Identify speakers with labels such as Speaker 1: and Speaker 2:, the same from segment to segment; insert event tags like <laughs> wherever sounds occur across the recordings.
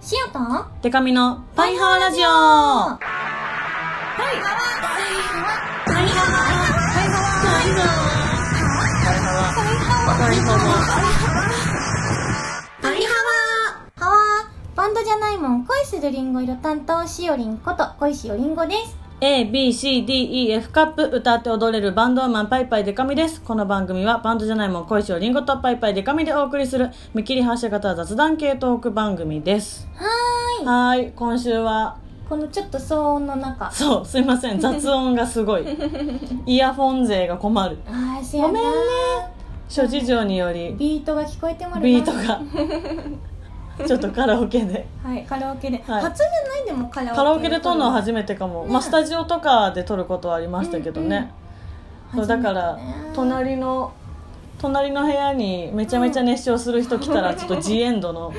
Speaker 1: シアター
Speaker 2: デカミのパイハワラジオ
Speaker 1: パリハワハワーバンドじゃないもん恋するリンゴ色担当しおりんこと恋しおりんごです
Speaker 2: A, B, C, D, E, F カップ歌って踊れるバンドウーマンパイパイデカミです。この番組はバンドじゃないもん恋しおりんごとパイパイデカミでお送りする見切り発車型雑談系トーク番組です。
Speaker 1: はーい
Speaker 2: はーい、今週は、
Speaker 1: このちょっと騒音の中あ
Speaker 2: そう、すいま <laughs> せん、雑音がすごい。イヤフォン勢が困る。
Speaker 1: ーせや
Speaker 2: ご
Speaker 1: な
Speaker 2: めんね。諸事情により、
Speaker 1: ビートが聞こえてもらう
Speaker 2: ビートが、ちょっとカラオケで。
Speaker 1: はいカラオケで、
Speaker 2: はい
Speaker 1: 初じゃないでもカラオケ
Speaker 2: カラオケで撮るのは
Speaker 1: は
Speaker 2: 初めてかも、
Speaker 1: ね
Speaker 2: まあスタジオとかで撮ることはありましたけどね、
Speaker 1: うんうん
Speaker 2: そうだから
Speaker 1: 初めてね
Speaker 2: 隣の隣の部屋にめちゃめちゃ熱唱する人来たらちょっとジエンド <laughs> の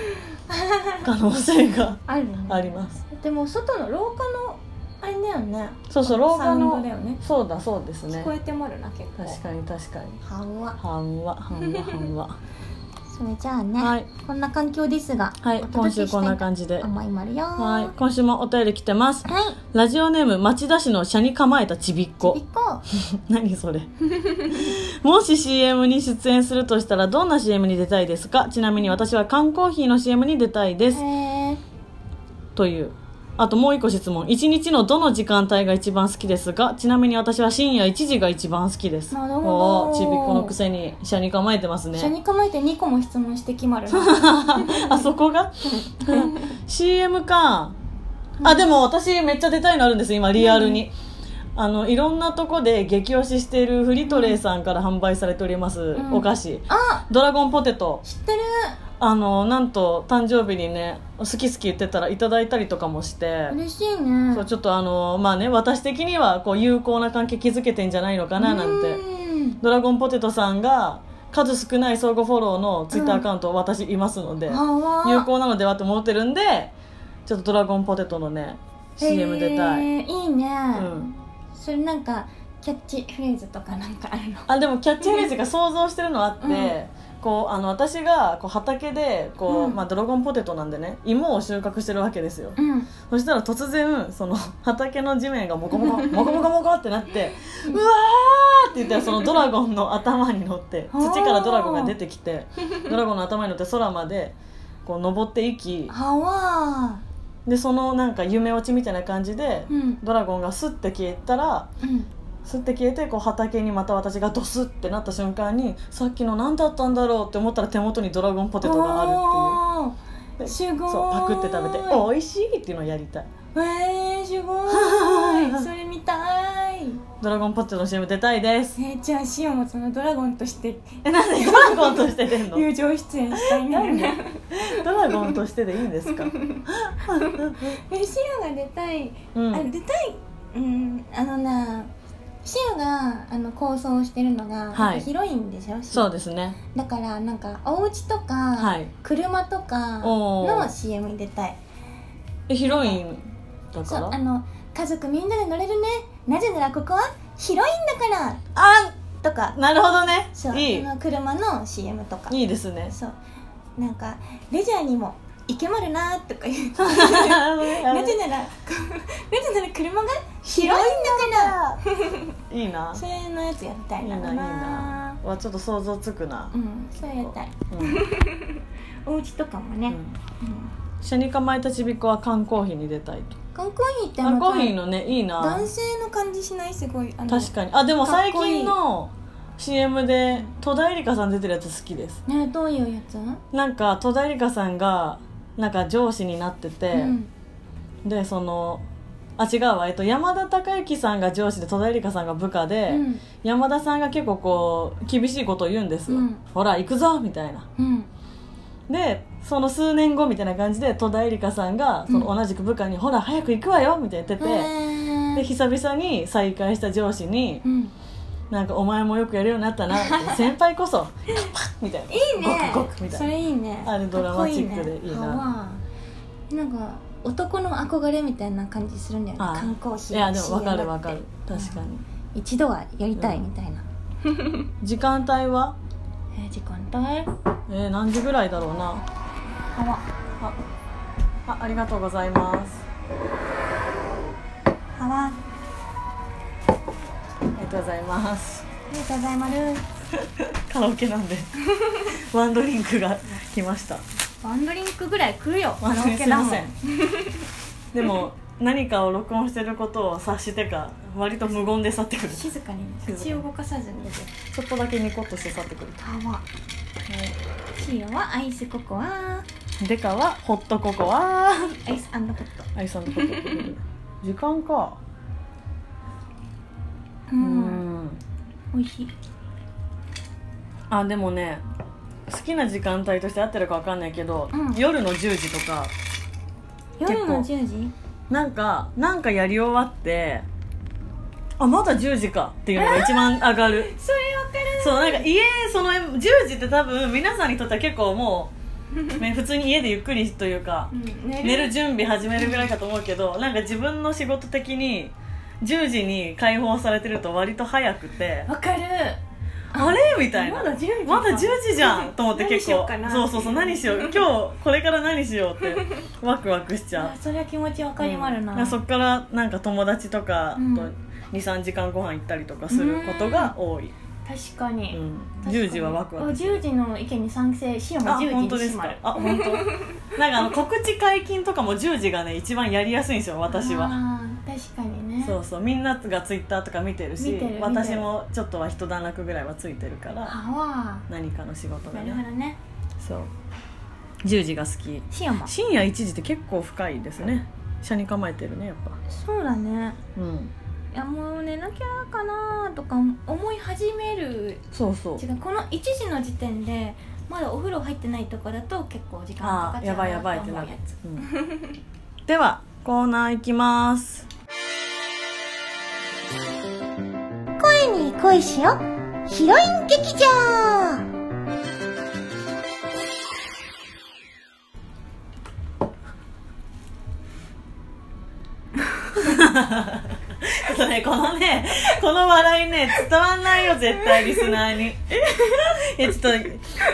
Speaker 2: 可能性が
Speaker 1: あるね
Speaker 2: あります
Speaker 1: でも外の廊下のあれだよね
Speaker 2: そうそう廊下
Speaker 1: サウ
Speaker 2: の
Speaker 1: ンドだよね
Speaker 2: そうだそうですね
Speaker 1: 聞こえてもらうな結構
Speaker 2: 確かに確かに
Speaker 1: はわ
Speaker 2: はんわは <laughs> んわはんわ
Speaker 1: それじゃあね、
Speaker 2: はい
Speaker 1: こんな環境ですが、
Speaker 2: はい
Speaker 1: お
Speaker 2: 今
Speaker 1: 届け
Speaker 2: 週
Speaker 1: した
Speaker 2: こんな感じで
Speaker 1: 甘い丸よー
Speaker 2: はい今週もお便り来てます
Speaker 1: はい
Speaker 2: ラジオネーム町田市の車に構えたちびっこ
Speaker 1: ちびっこ
Speaker 2: <laughs> 何それもし CM に出演するとしたらどんな CM に出たいですかちなみに私は缶コーヒーの CM に出たいです、
Speaker 1: えー、
Speaker 2: というあともう一個質問一日のどの時間帯が一番好きですかちなみに私は深夜1時が一番好きです
Speaker 1: なるほど
Speaker 2: おーちびっこのくせに車に構えてます
Speaker 1: 車
Speaker 2: ね
Speaker 1: に構えて2個も質問して決まるな
Speaker 2: あそ
Speaker 1: <laughs>
Speaker 2: こが CM かあでも私めっちゃ出たいのあるんです今リアルに、あのいろんなとこで激推ししているフリトレイさんから販売されております、
Speaker 1: ん
Speaker 2: お菓子
Speaker 1: あ
Speaker 2: ドラゴンポテト
Speaker 1: 知ってる
Speaker 2: あのなんと誕生日にね好き好き言ってたらいただいたりとかもして、
Speaker 1: 嬉しいね
Speaker 2: そうちょっとあのまあね私的にはこう有効な関係築けてんじゃないのかななんて
Speaker 1: うん
Speaker 2: ドラゴンポテトさんが数少ない相互フォローのツイッターアカウント私いますので、
Speaker 1: はわ
Speaker 2: 有効なのではって思ってるんでちょっとドラゴンポテトのね CM 出た
Speaker 1: へ
Speaker 2: い、
Speaker 1: ーいいね、
Speaker 2: うん、
Speaker 1: それなんかキャッチフレーズとかなんかあるの
Speaker 2: あでもキャッチフレーズが想像してるのあって、こうあの私がこう畑でこ
Speaker 1: う
Speaker 2: う、
Speaker 1: ん
Speaker 2: まあ、ドラゴンポテトなんでね芋を収穫してるわけですよ、
Speaker 1: うん
Speaker 2: そしたら突然その <laughs> 畑の地面がモ
Speaker 1: <laughs>
Speaker 2: コモコモコモコモコってなってうわーって言ったらそのドラゴンの頭に乗って土からドラゴンが出てきてドラゴンの頭に乗って空までこう登っていき
Speaker 1: はわ
Speaker 2: でそのなんか夢落ちみたいな感じで、
Speaker 1: うん
Speaker 2: ドラゴンがスッて消えたら
Speaker 1: うん
Speaker 2: スッて消えてこう畑にまた私がドスッてなった瞬間にさっきの何だったんだろうって思ったら手元にドラゴンポテトがあるっ
Speaker 1: あ
Speaker 2: ていうです
Speaker 1: ごい
Speaker 2: そうパクって食べて「おいしい!」っていうのをやりたい
Speaker 1: るっていうえー、すご
Speaker 2: <laughs>
Speaker 1: いそれ見たい
Speaker 2: ドラゴンポテトの CM 出たいです
Speaker 1: えー、じゃあシオンもそのドラゴンとして
Speaker 2: えなんでドラゴンとして出んの
Speaker 1: 友情出演したい
Speaker 2: なん
Speaker 1: ね
Speaker 2: でドラゴンとしてでいいんです <laughs> か
Speaker 1: <laughs> えシオンが出たい、
Speaker 2: うん
Speaker 1: あ出たいうんあのなシオンがあの構想してるのが、や
Speaker 2: はい
Speaker 1: っぱ広いんでしょ
Speaker 2: そう
Speaker 1: で
Speaker 2: ですね
Speaker 1: だからなんかお家とか、
Speaker 2: はい
Speaker 1: 車とか
Speaker 2: おー
Speaker 1: の CM に出たい
Speaker 2: えヒロインだ
Speaker 1: そ
Speaker 2: か
Speaker 1: うあ
Speaker 2: ら
Speaker 1: の家族みんなで乗れるねなぜならここは広いんだから
Speaker 2: あ
Speaker 1: とか
Speaker 2: なるほどね
Speaker 1: そう
Speaker 2: いい
Speaker 1: あの車の CM とか
Speaker 2: いいです <laughs> ね
Speaker 1: そうなんかレジャーにも行けまるなーとか言うな
Speaker 2: な
Speaker 1: ぜなら <laughs> こうなぜなら車が広いんだから
Speaker 2: いいな
Speaker 1: それのやつやりた
Speaker 2: い
Speaker 1: い
Speaker 2: い
Speaker 1: な
Speaker 2: ないいなはちょっと想像つくな
Speaker 1: うんそれやりたい
Speaker 2: うん
Speaker 1: お家とかもね、うん
Speaker 2: シャニカマイタチビコは缶コーヒーに出たいと
Speaker 1: 缶コーヒーってあ
Speaker 2: 缶
Speaker 1: の
Speaker 2: コーヒーのねいいな
Speaker 1: 男性の感じしないすごいあの
Speaker 2: 確かにあでも最
Speaker 1: かっこい
Speaker 2: 近
Speaker 1: い
Speaker 2: の CM で戸田恵梨香さん出てるやつ好きです
Speaker 1: ねどういうやつ、
Speaker 2: なんか戸田恵梨香さんがなんか上司になってて、
Speaker 1: うん
Speaker 2: でそのあ違うわ、えっと、山田孝之さんが上司で戸田恵梨香さんが部下で、
Speaker 1: うん
Speaker 2: 山田さんが結構こう厳しいことを言うんですよ、
Speaker 1: うん
Speaker 2: ほら行くぞみたいな
Speaker 1: うん
Speaker 2: でその数年後みたいな感じで戸田恵梨香さんがその同じく部下に、ほら早く行くわよみたいな言ってて、
Speaker 1: へー
Speaker 2: で久々に再会した上司に
Speaker 1: うん
Speaker 2: 「なんかお前もよくやるようになったな」
Speaker 1: <laughs>
Speaker 2: 先輩こそ「パッパッ」みたいな「い
Speaker 1: いいね
Speaker 2: ゴクゴク」みた
Speaker 1: そ
Speaker 2: いな
Speaker 1: れいいね
Speaker 2: あれドラマチックで
Speaker 1: かっこ
Speaker 2: いいな
Speaker 1: あーなんか男の憧れみたいな感じするんだよね
Speaker 2: あー
Speaker 1: 缶コーヒー
Speaker 2: いやでも分か
Speaker 1: CM
Speaker 2: る分かる確かに
Speaker 1: 一度はやりたいみたいな、
Speaker 2: 時間帯は
Speaker 1: えー時間帯
Speaker 2: えー、何時ぐらいだろうな
Speaker 1: はわ
Speaker 2: ああありがとうございます
Speaker 1: ハワーあ
Speaker 2: ありがとうございます
Speaker 1: りがとうございます
Speaker 2: カラオケなん <laughs> でワンドリンクが来ました
Speaker 1: ワンドリンクぐらい来るよカ
Speaker 2: ワン
Speaker 1: ラ
Speaker 2: ド
Speaker 1: オ
Speaker 2: リンク
Speaker 1: ケ
Speaker 2: <laughs> すい
Speaker 1: だ
Speaker 2: ま
Speaker 1: もん
Speaker 2: せんでも何かを録音してることを察してか割と無言で去ってくるち
Speaker 1: 静かにね
Speaker 2: 静かに
Speaker 1: 口を動かさずに
Speaker 2: ょっとだけニコッとして去ってくる
Speaker 1: ハワシオはアイスココア
Speaker 2: デカはホットココア
Speaker 1: アイスホット
Speaker 2: アイさんのこと言ってくれる時間か
Speaker 1: う
Speaker 2: うん
Speaker 1: 美味しい
Speaker 2: あでもね好きな時間帯として合ってるか分かんないけど、
Speaker 1: うん
Speaker 2: 夜の10時とか構
Speaker 1: 夜の10時
Speaker 2: なんかなんかやり終わってあまだ10時かっていうのが一番上がる、
Speaker 1: それわかる
Speaker 2: そうなんか家その10時って多分皆さんにとっては結構もう、ね、普通に家でゆっくりというか寝る準備始めるぐらいかと思うけどなんか自分の仕事的に10時に解放されてると割と早くて
Speaker 1: わかる
Speaker 2: あれみたいな
Speaker 1: まだ10時
Speaker 2: まだ10時じゃんと思って結構
Speaker 1: 何しようかな
Speaker 2: そうそうそう何し
Speaker 1: <laughs>
Speaker 2: よう今日これから何しようってワクワクしちゃう
Speaker 1: あそれは気持ちわかりまるな、
Speaker 2: うんそっからなんか友達とか
Speaker 1: うん
Speaker 2: と23時間ご飯行ったりとかすることが多い、
Speaker 1: 確か
Speaker 2: う
Speaker 1: に、
Speaker 2: ん10時はワクワク
Speaker 1: する10時の意見に賛成しようも
Speaker 2: あ
Speaker 1: 10時
Speaker 2: 本当
Speaker 1: に
Speaker 2: です
Speaker 1: 閉ま
Speaker 2: か
Speaker 1: る
Speaker 2: あ本当なんかあの告知解禁とかも10時がね一番やりやすいんですよ私は
Speaker 1: あー確かにね
Speaker 2: そうそうみんながツイッターとか見てるし
Speaker 1: 見てる見てる
Speaker 2: 私もちょっとは一段落ぐらいはついてるから
Speaker 1: あ
Speaker 2: 何かの仕事
Speaker 1: わ
Speaker 2: が
Speaker 1: なるほ
Speaker 2: ね
Speaker 1: どね
Speaker 2: そう10時が好き
Speaker 1: しようも
Speaker 2: 深夜1時って結構深いですね車に構えてるねやっぱ
Speaker 1: そうだね
Speaker 2: うん
Speaker 1: いやもう寝なきゃかなとか思い始める
Speaker 2: そうそう
Speaker 1: 違うこの1時の時点でまだお風呂入ってないとかだと結構時間かか
Speaker 2: あ
Speaker 1: っ
Speaker 2: ー
Speaker 1: ちゃ
Speaker 2: や
Speaker 1: うな
Speaker 2: ばいやばいっ
Speaker 1: と
Speaker 2: て
Speaker 1: 思
Speaker 2: な
Speaker 1: う
Speaker 2: る
Speaker 1: やつ、
Speaker 2: <laughs> うんではコーナー行きます
Speaker 1: 声に恋しよヒロイン劇場
Speaker 2: ちょっとね、このね、この笑いね、伝わんないよ、絶対、リスナーに。いや、ちょっと、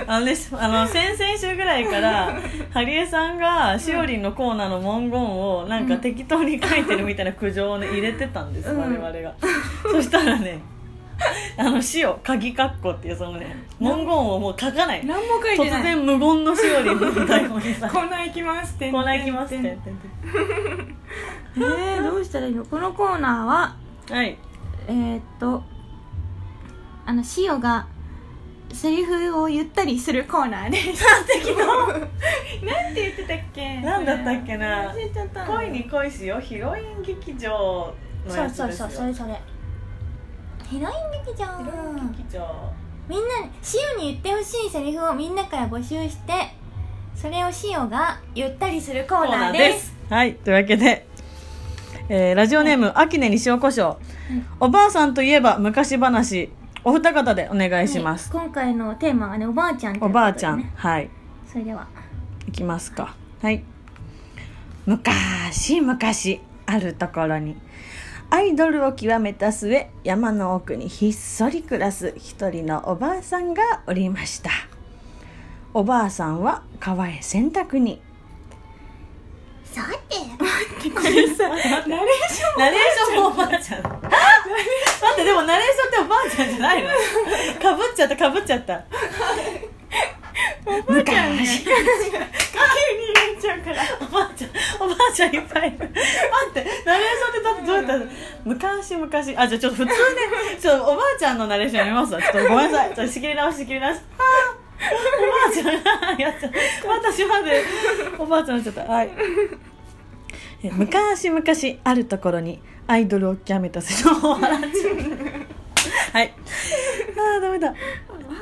Speaker 2: あのね、あの、先々週ぐらいから、ハリエさんが、しおりんのコーナーの文言を、なんか適当に書いてるみたいな苦情をね、入れてたんです、
Speaker 1: うん
Speaker 2: 我々が。そしたらね、あの、しお、鍵括弧っていう、そのね、文言をもう書かない。
Speaker 1: 何も書い
Speaker 2: 突
Speaker 1: てない
Speaker 2: 然、無言のしおりんの台本にさ、
Speaker 1: コーナー行きますって
Speaker 2: コーナー行きますって
Speaker 1: え。ー、どうしたらいいのこのコーナーは
Speaker 2: はい。
Speaker 1: えー、っとあのシオがセリフを言ったりするコーナー <laughs> ですなんて言ってたっけ
Speaker 2: なんだったっけな
Speaker 1: 忘れちゃったの
Speaker 2: 恋に恋しよヒロイン劇場の
Speaker 1: そう
Speaker 2: やつ
Speaker 1: そう
Speaker 2: です
Speaker 1: そ
Speaker 2: よ
Speaker 1: うそれそれヒロイン劇場
Speaker 2: ヒロイン劇場
Speaker 1: みんなシオに言ってほしいセリフをみんなから募集してそれをシオが言ったりするコーナーです
Speaker 2: はいというわけで、えーラジオネーム「秋根に塩コショウ
Speaker 1: うん」
Speaker 2: おばあさんといえば昔話お二方でお願いします、
Speaker 1: はい今回のテーマがねおばあちゃんということでね
Speaker 2: おばあちゃんはい
Speaker 1: それではい
Speaker 2: きますかはい昔昔あるところにアイドルを極めた末山の奥にひっそり暮らす一人のおばあさんがおりましたおばあさんは川へ洗濯に
Speaker 1: さて
Speaker 2: これさナレーションナレーションもおばあちゃん待ってでもナレーションっておばあちゃんじゃないのかぶっちゃったかぶっちゃったおばあちゃん昔
Speaker 1: っちゃうから
Speaker 2: おばあちゃんおばあちゃんいっぱいいる待ってナレーションってだってどうやったの昔昔あじゃあちょっと普通ねちょっとおばあちゃんのナレーション読みますわちょっとごめんなさいちょっと仕切り直し仕切り直しあーおばあちゃんが <laughs> やっちゃった私までおばあちゃんになっちゃったはいえ昔々あるところにアイドルを極めたその <laughs> おばあちゃんはいあーダメだ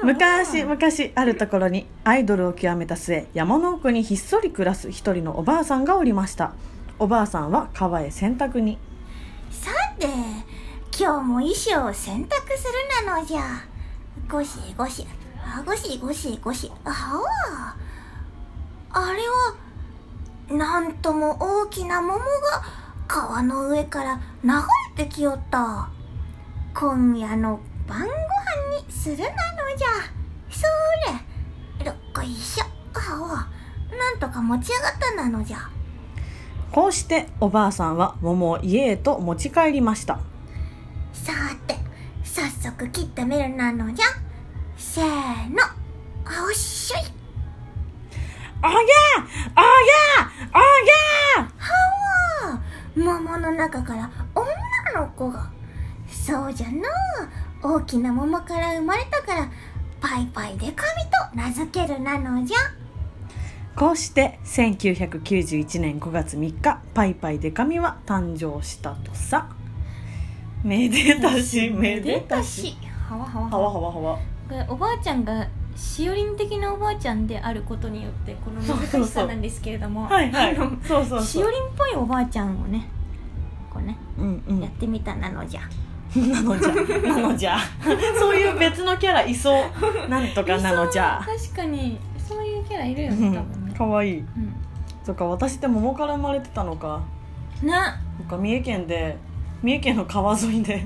Speaker 2: 昔昔あるところにアイドルを極めた末山の奥にひっそり暮らす一人のおばあさんがおりましたおばあさんは川へ洗濯に
Speaker 1: さて今日も衣装を洗濯するなのじゃゴシゴシあゴシゴシゴシあああれはなんとも大きな桃が川の上から流れてきよった今夜の晩ご飯にするなのじゃそれどっこいしょあおなんとか持ち上がったなのじゃ
Speaker 2: こうしておばあさんは桃を家へと持ち帰りました
Speaker 1: さーて早速切ったメルなのじゃせーのあおっしょい
Speaker 2: あぎゃーあぎゃーあぎゃー
Speaker 1: あー桃の中から女の子がそうじゃな大きな桃から生まれたからパイパイで神と名付けるなのじゃ
Speaker 2: こうして1991年5月3日パイパイデカミは誕生したとさめでたしめでたし
Speaker 3: はわはわ
Speaker 2: はわはわはわ
Speaker 3: これおばあちゃんがしおりん的なおばあちゃんであることによってこの難しさなんですけれども
Speaker 2: はいはい
Speaker 3: あの
Speaker 2: そうそう
Speaker 3: し
Speaker 2: そ
Speaker 3: お
Speaker 2: う
Speaker 3: りんっぽいおばあちゃんをねこうね
Speaker 2: うんう
Speaker 1: やってみたなのじゃ
Speaker 2: んなのじゃなのじゃ <laughs> そういう別のキャラいそうなんとかなのじゃ
Speaker 3: 確かにそういうキャラいるよ
Speaker 2: う
Speaker 3: ね多分
Speaker 2: ん
Speaker 3: ね
Speaker 2: かわいい
Speaker 3: うん
Speaker 2: そっか私って桃から生まれてたのか
Speaker 3: な
Speaker 2: そっか三重県で三重県の川沿いで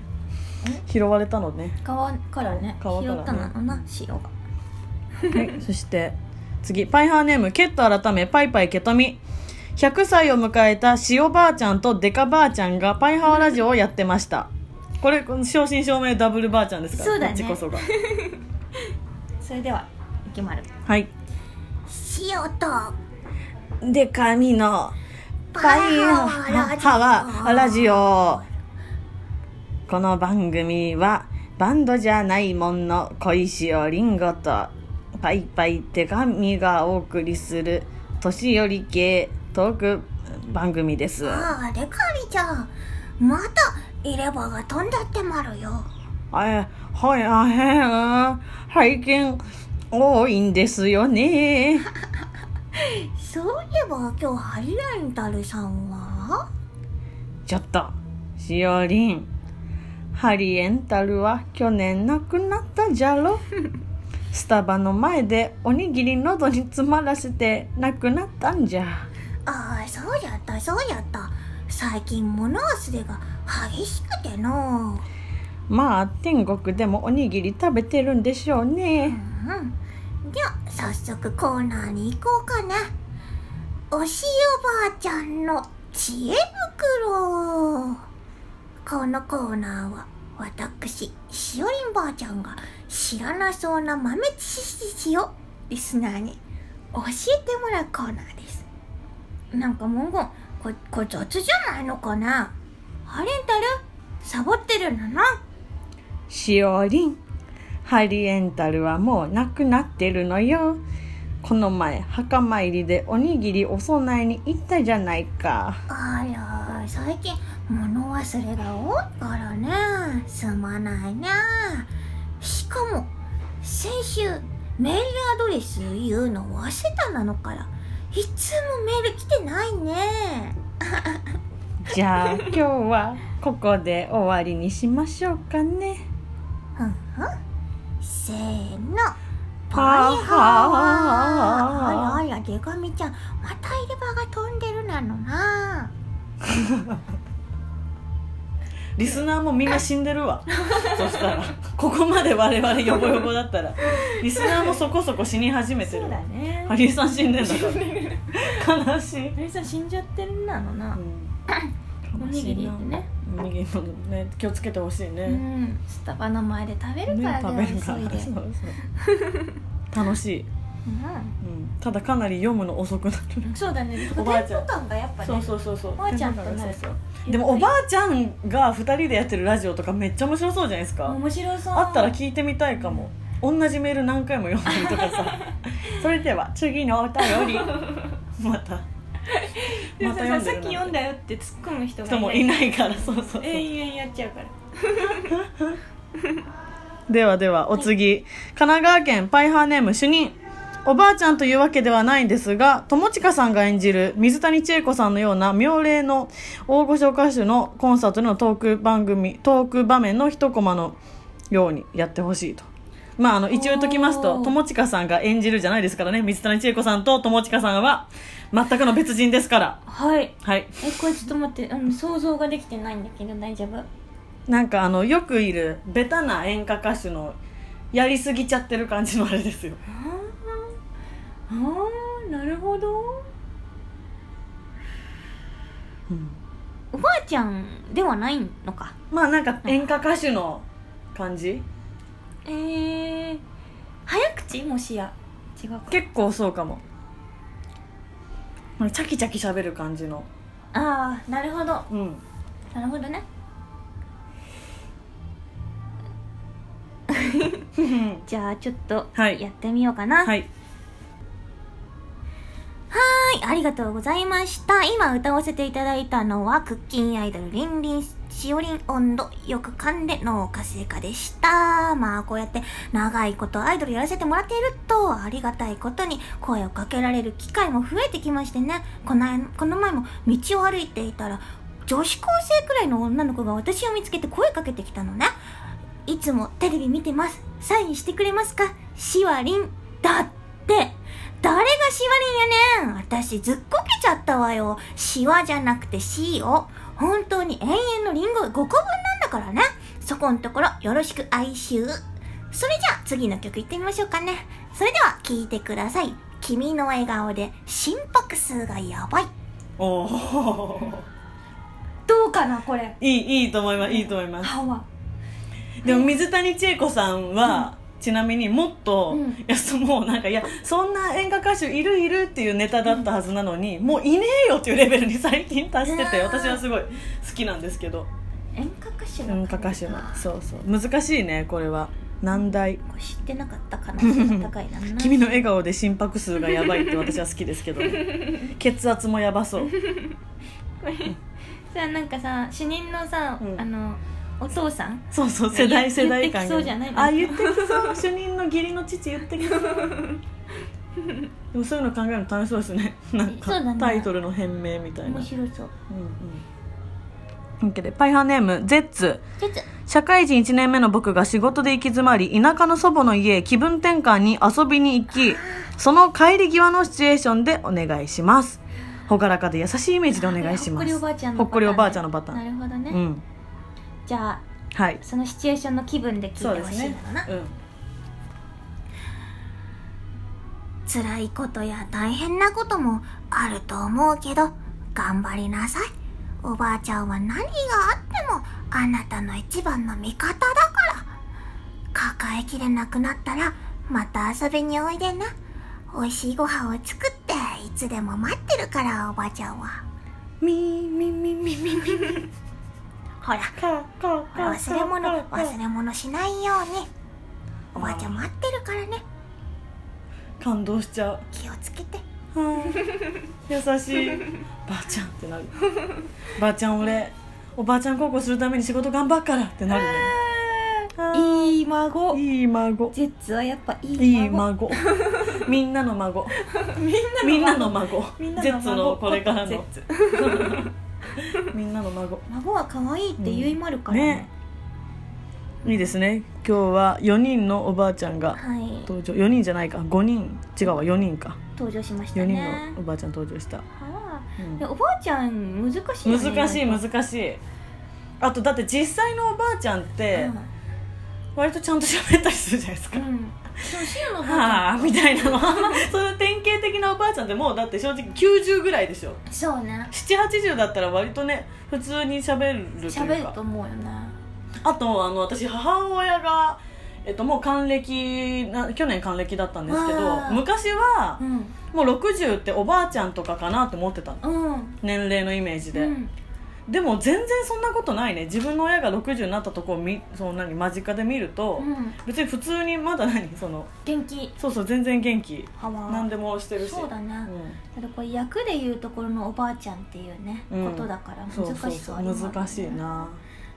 Speaker 2: 拾われたのね
Speaker 3: 川からね
Speaker 2: 川からね
Speaker 3: 拾ったなのな塩が
Speaker 2: はい、そして次パイハーネームケット改めパイパイケトミ100歳を迎えた塩ばあちゃんとデカばあちゃんがパイハーラジオをやってましたこれこの正真正銘ダブルばあちゃんですから
Speaker 3: そうだね
Speaker 2: こっちこそが
Speaker 3: それでは池丸
Speaker 2: はい
Speaker 1: 塩と
Speaker 2: デカミの
Speaker 1: パイハワラジ
Speaker 2: オこの番組はバンドじゃないもんの小石をりんごとパイパイ手紙がお送りする年寄り系トーク番組です
Speaker 1: ああでかみちゃんまた入れ歯が飛んだってまるよ
Speaker 2: あはいあへん拝見多いんですよね
Speaker 1: そういえば今日ハリエンタルさんは
Speaker 2: ちょっとしおりんハリエンタルは去年亡くなったじゃろスタバの前でおにぎり喉に詰まらせて亡くなったんじゃ
Speaker 1: ああそうやったそうやった最近物忘れが激しくての
Speaker 2: まあ天国でもおにぎり食べてるんでしょう
Speaker 1: う
Speaker 2: ね
Speaker 1: んじゃあ早速コーナーに行こうかねおしおばあちゃんの知恵袋このコーナーは私しおりんばあちゃんが知らなそうな豆知識をリスナーに教えてもらうコーナーですなんか文言ここれ雑じゃないのかなハレンタルサボってるのな
Speaker 2: しおりんハリエンタルはもう亡くなってるのよこの前墓参りでおにぎりお供えに行ったじゃないか
Speaker 1: あら最近物忘れが多いからねすまないねしかも先週メールアドレス言うの忘れたなのからいつもメール来てないね
Speaker 2: じゃあ今日はここで終わりにしましょうかね。
Speaker 1: ふんふんせーのパ
Speaker 2: パイ
Speaker 1: イ
Speaker 2: ハ
Speaker 1: ハ
Speaker 2: ワ
Speaker 1: ワーあらあらデカミちゃんまた入れ歯が飛んでるなのな
Speaker 2: リスナーもみんな死んで
Speaker 3: <laughs>
Speaker 2: るわ。そしたらここまで我々ヨボヨボだったらリスナーもそこそこ死に始めてる。
Speaker 3: ね <laughs>
Speaker 2: ハリーさん死んでんだから悲しい。
Speaker 3: ハリーさん死んじゃってるなのなお
Speaker 2: 悲
Speaker 3: に
Speaker 2: し
Speaker 3: ぎ
Speaker 2: い
Speaker 3: り
Speaker 2: な
Speaker 3: ってね
Speaker 2: おにぎりのね気をつけてほしいうね。
Speaker 3: んスタバの前で食べるか
Speaker 2: ね
Speaker 3: ら
Speaker 2: 食
Speaker 3: だ
Speaker 2: べ
Speaker 3: よ
Speaker 2: るか
Speaker 3: 急い
Speaker 2: ら。
Speaker 3: で
Speaker 2: そうそう楽しい。うんただかなり読むの遅くなる。
Speaker 3: うんそうだね
Speaker 2: お
Speaker 3: お
Speaker 2: ば
Speaker 3: ば
Speaker 2: あ
Speaker 3: あ
Speaker 2: ち
Speaker 3: ち
Speaker 2: ゃ
Speaker 3: ゃん
Speaker 2: ん
Speaker 3: 感がやっぱね
Speaker 2: そうそうそうそう。
Speaker 3: おばあちゃんとなる
Speaker 2: そうそうでもおばあちゃんが2人でやってるラジオとかめっちゃ面白そうじゃないですか
Speaker 3: 面白そう
Speaker 2: あったら聞いてみたいかも同じメール何回も読んだりとか
Speaker 3: <laughs>
Speaker 2: さそれでは次のお便りまた
Speaker 3: でもささ
Speaker 2: る
Speaker 3: っき読んだよって突っ込む人
Speaker 2: 人も
Speaker 3: が
Speaker 2: い
Speaker 3: いない
Speaker 2: ないからそうそうそう、
Speaker 3: 永遠やっちゃうから
Speaker 2: ではではお次、神奈川県パイハーネーム主任おばあちゃんというわけではないんですが友近さんが演じる水谷千恵子さんのような妙齢の大御所歌手のコンサートでのトーク番組トーク場面の一コマのようにやってほしいと。まあ、あの一応言っときますと
Speaker 3: おー
Speaker 2: 友近さんが演じるじゃないですからね水谷千恵子さんと友近さんは全くの別人ですから
Speaker 3: はい
Speaker 2: はい
Speaker 3: えこれちょっと待って、うん、想像ができてないんだけど大丈夫
Speaker 2: なんかあのよくいるベタな演歌歌手のやりすぎちゃってる感じのあれですよ
Speaker 3: あーあーなるほど
Speaker 2: うん
Speaker 1: おばあちゃんではないのか
Speaker 2: まあなんか演歌歌手の感じ
Speaker 3: えー、早口もしや違うか
Speaker 2: 結構そうかもなんかチャキチャキ喋る感じの
Speaker 1: ああなるほど
Speaker 2: うん
Speaker 1: なるほ
Speaker 2: <laughs>
Speaker 1: どねじゃあちょっと
Speaker 2: はい
Speaker 1: やってみようかな
Speaker 2: はい
Speaker 1: はい、ありがとうございました。今歌わせていただいたのは、クッキンアイドル、リンリン、しおりん温度、よく噛んで脳活性化でした。まあ、こうやって長いことアイドルやらせてもらっていると、ありがたいことに声をかけられる機会も増えてきましてね、このこの前も道を歩いていたら、女子高生くらいの女の子が私を見つけて声かけてきたのね。いつもテレビ見てます。サインしてくれますかしわりん。だって。誰がしわりんやねん私ずっこけちゃったわよ。しわじゃなくてしよ。本当に永遠のりんご5個分なんだからね。そこんところよろしく哀愁。それじゃあ次の曲いってみましょうかね。それでは聴いてください。君の笑顔で心拍数がやばい。
Speaker 2: おお
Speaker 3: どうかなこれ
Speaker 2: い <laughs> いいいと思いますいいと思います
Speaker 3: 歯は
Speaker 2: でも水谷千恵子さんは、ちなみにもっと、
Speaker 3: うん
Speaker 2: いやそもうなんかいやそんな演歌歌手いるいるっていうネタだったはずなのに、もういねえよっていうレベルに最近達してて
Speaker 3: うわー
Speaker 2: 私はすごい好きなんですけど
Speaker 3: 演歌歌手
Speaker 2: 演歌歌手のそうそう難しいねこれは難題
Speaker 1: これ知ってなかった可能性が高 <laughs> いな。
Speaker 2: 君の笑顔で心拍数がやばいって私は好きですけ
Speaker 3: <laughs>
Speaker 2: どね血圧もやばそう
Speaker 3: これさなんかさ主任のさ、
Speaker 2: うん
Speaker 3: あのお父さん
Speaker 2: そうそう世代
Speaker 3: 言
Speaker 2: 世代間
Speaker 3: 言ってきそうじゃない
Speaker 2: あ言ってきそう主任の義理の父言ってきそうでもそういうの考えるの楽しそうで
Speaker 3: <laughs>
Speaker 2: すねなん
Speaker 3: そう
Speaker 2: か、
Speaker 3: だね
Speaker 2: タイトルの変名みたいな
Speaker 1: 面白そう。
Speaker 2: うんうん OK でパイハーネームゼッツ
Speaker 1: ちょっと、
Speaker 2: 社会人1年目の僕が仕事で行き詰まり田舎の祖母の家へ気分転換に遊びに行きその帰り際のシチュエーションでお願いします朗らかで優しいイメージでお願いし
Speaker 3: ほ
Speaker 2: ます
Speaker 3: っこりおばあちゃんの
Speaker 2: ほっこりおばあちゃんのパターン
Speaker 3: なるほどね、
Speaker 2: うん
Speaker 3: じゃあ
Speaker 2: はい
Speaker 3: そのシチュエーションの気分で聞いてほしいのかな、
Speaker 2: うん
Speaker 1: 辛いことや大変なこともあると思うけど、頑張りなさい。おばあちゃんは何があってもあなたの一番の味方だから。抱えきれなくなったら、また遊びにおいでな。美味しいご飯を作って、いつでも待ってるから、おばあちゃんは。
Speaker 2: みーみーみーみーみー
Speaker 1: ほら、
Speaker 2: かか
Speaker 1: ほら忘れ物、忘れ物しないように。おばあちゃん待ってるからね。
Speaker 2: 感動しちゃう
Speaker 1: 気をつけて。
Speaker 2: 優しいばあちゃんってなるばあちゃん俺おばあちゃん高校するために仕事頑張っからってなるねあ
Speaker 3: いい孫
Speaker 2: ーいい孫
Speaker 3: 絶はやっぱい
Speaker 2: いい
Speaker 3: い孫
Speaker 2: 孫みんなの孫み
Speaker 3: み
Speaker 2: ん
Speaker 3: ん
Speaker 2: な
Speaker 3: な
Speaker 2: の
Speaker 3: の
Speaker 2: 孫
Speaker 3: みんなの孫
Speaker 2: ジェッツのこれから
Speaker 3: ジェ
Speaker 2: の <laughs> みんなの孫
Speaker 3: 孫は可愛いって言いまるからね,、
Speaker 2: ねいいですね今日は4人のおばあちゃんが
Speaker 1: はい、
Speaker 2: 登場4人じゃないか5人違うわ4人か
Speaker 1: 登場しました
Speaker 2: 4人
Speaker 1: ね
Speaker 2: の。おばあちゃん登場した、
Speaker 1: はあ
Speaker 2: うん
Speaker 1: でおばあちゃん難しいよね
Speaker 2: 難しい
Speaker 1: なんか
Speaker 2: 難しいあとだって実際のおばあちゃんって割とちゃんと喋ったりするじゃないですか、
Speaker 1: うん、うん、そうシロのおばあ
Speaker 2: <laughs> はあみたいなの <laughs> その典型的なおばあちゃんってもうだって正直90ぐらいでしょ
Speaker 1: ちゃんそうね
Speaker 2: 780だったら割とね普通に喋るというか
Speaker 1: 喋ると思うよね
Speaker 2: あとあの私母親が、えっと、もう還暦な去年還暦だったんですけど
Speaker 1: わあ
Speaker 2: 昔は
Speaker 1: うん
Speaker 2: もう60っておばあちゃんとかかなと思ってたの
Speaker 1: うん
Speaker 2: 年齢のイメージで、
Speaker 1: うん
Speaker 2: でも全然そんなことないね自分の親が60になったとこをみその何間近で見る
Speaker 1: う
Speaker 2: と、
Speaker 1: ん
Speaker 2: 別に普通にまだ何その
Speaker 1: 元気
Speaker 2: そうそう全然元気
Speaker 1: はわ
Speaker 2: 何でもしてるし
Speaker 1: そうだね、
Speaker 2: うん
Speaker 1: ただこれ役で言うところのおばあちゃんっていうね、
Speaker 2: うん
Speaker 1: ことだから
Speaker 2: そう
Speaker 1: 難
Speaker 2: そう
Speaker 1: し
Speaker 2: そ
Speaker 1: さ
Speaker 2: う
Speaker 1: はありますね
Speaker 2: 難しいな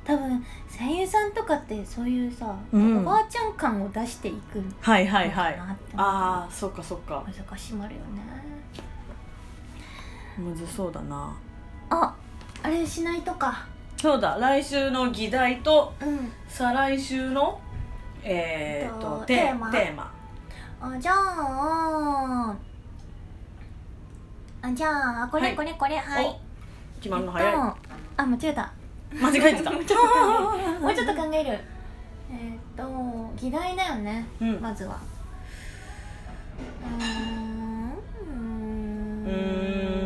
Speaker 1: 多分声優さんとかってそういうさ、
Speaker 2: うん
Speaker 1: おばあちゃん感を出していくの
Speaker 2: はいはいは
Speaker 1: か
Speaker 2: い
Speaker 1: なって思う
Speaker 2: ああそっかそっか
Speaker 1: 難しいもあるよね
Speaker 2: むずそうだな
Speaker 1: ああれしないとか
Speaker 2: そうだ来週の議題と
Speaker 1: うん
Speaker 2: 再来週のえー、
Speaker 1: え
Speaker 2: っ
Speaker 1: っと
Speaker 2: と
Speaker 1: テーマ
Speaker 2: テーマ
Speaker 1: あじゃああじゃあこ
Speaker 2: は
Speaker 1: れ
Speaker 2: い
Speaker 1: これこれはい、
Speaker 2: お決まるの早い、
Speaker 1: えっとあ間違えた
Speaker 2: 間違えて
Speaker 1: <laughs>
Speaker 2: た
Speaker 1: もうちょっと考えるえっと議題だよね、
Speaker 2: うん
Speaker 1: まずはうーん
Speaker 2: うーん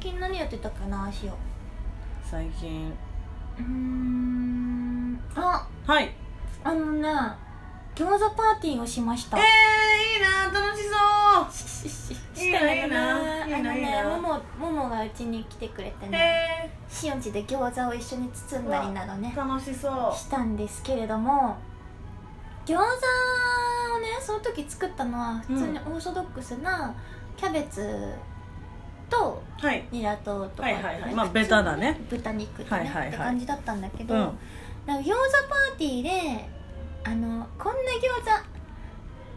Speaker 4: 近何やってたかなしお
Speaker 2: 最近
Speaker 4: うーんあ
Speaker 2: はいえ
Speaker 4: あのね餃子パーティーをしました
Speaker 2: ー、いいな楽しそう
Speaker 1: ししし
Speaker 2: いい
Speaker 1: <laughs> し
Speaker 2: な
Speaker 1: た
Speaker 2: いい
Speaker 1: よ
Speaker 2: な
Speaker 1: なあ
Speaker 2: いいな
Speaker 1: の
Speaker 2: いい
Speaker 1: ね
Speaker 2: な
Speaker 1: ももももがうちに来てくれてね
Speaker 2: え
Speaker 4: しおんちで餃子を一緒に包んだりなどね
Speaker 2: ー、楽しそう
Speaker 4: したんですけれども
Speaker 1: 餃子をねその時作ったのは普通にオーソドックスなキャベツと
Speaker 2: はい
Speaker 1: ニラととか、
Speaker 2: はいはいはいまあベタだね
Speaker 1: 豚肉と
Speaker 2: は
Speaker 1: ね、
Speaker 2: いはいはい
Speaker 1: って感じだったんだけど、
Speaker 2: うん
Speaker 1: なんか餃子パーティーであのこんな餃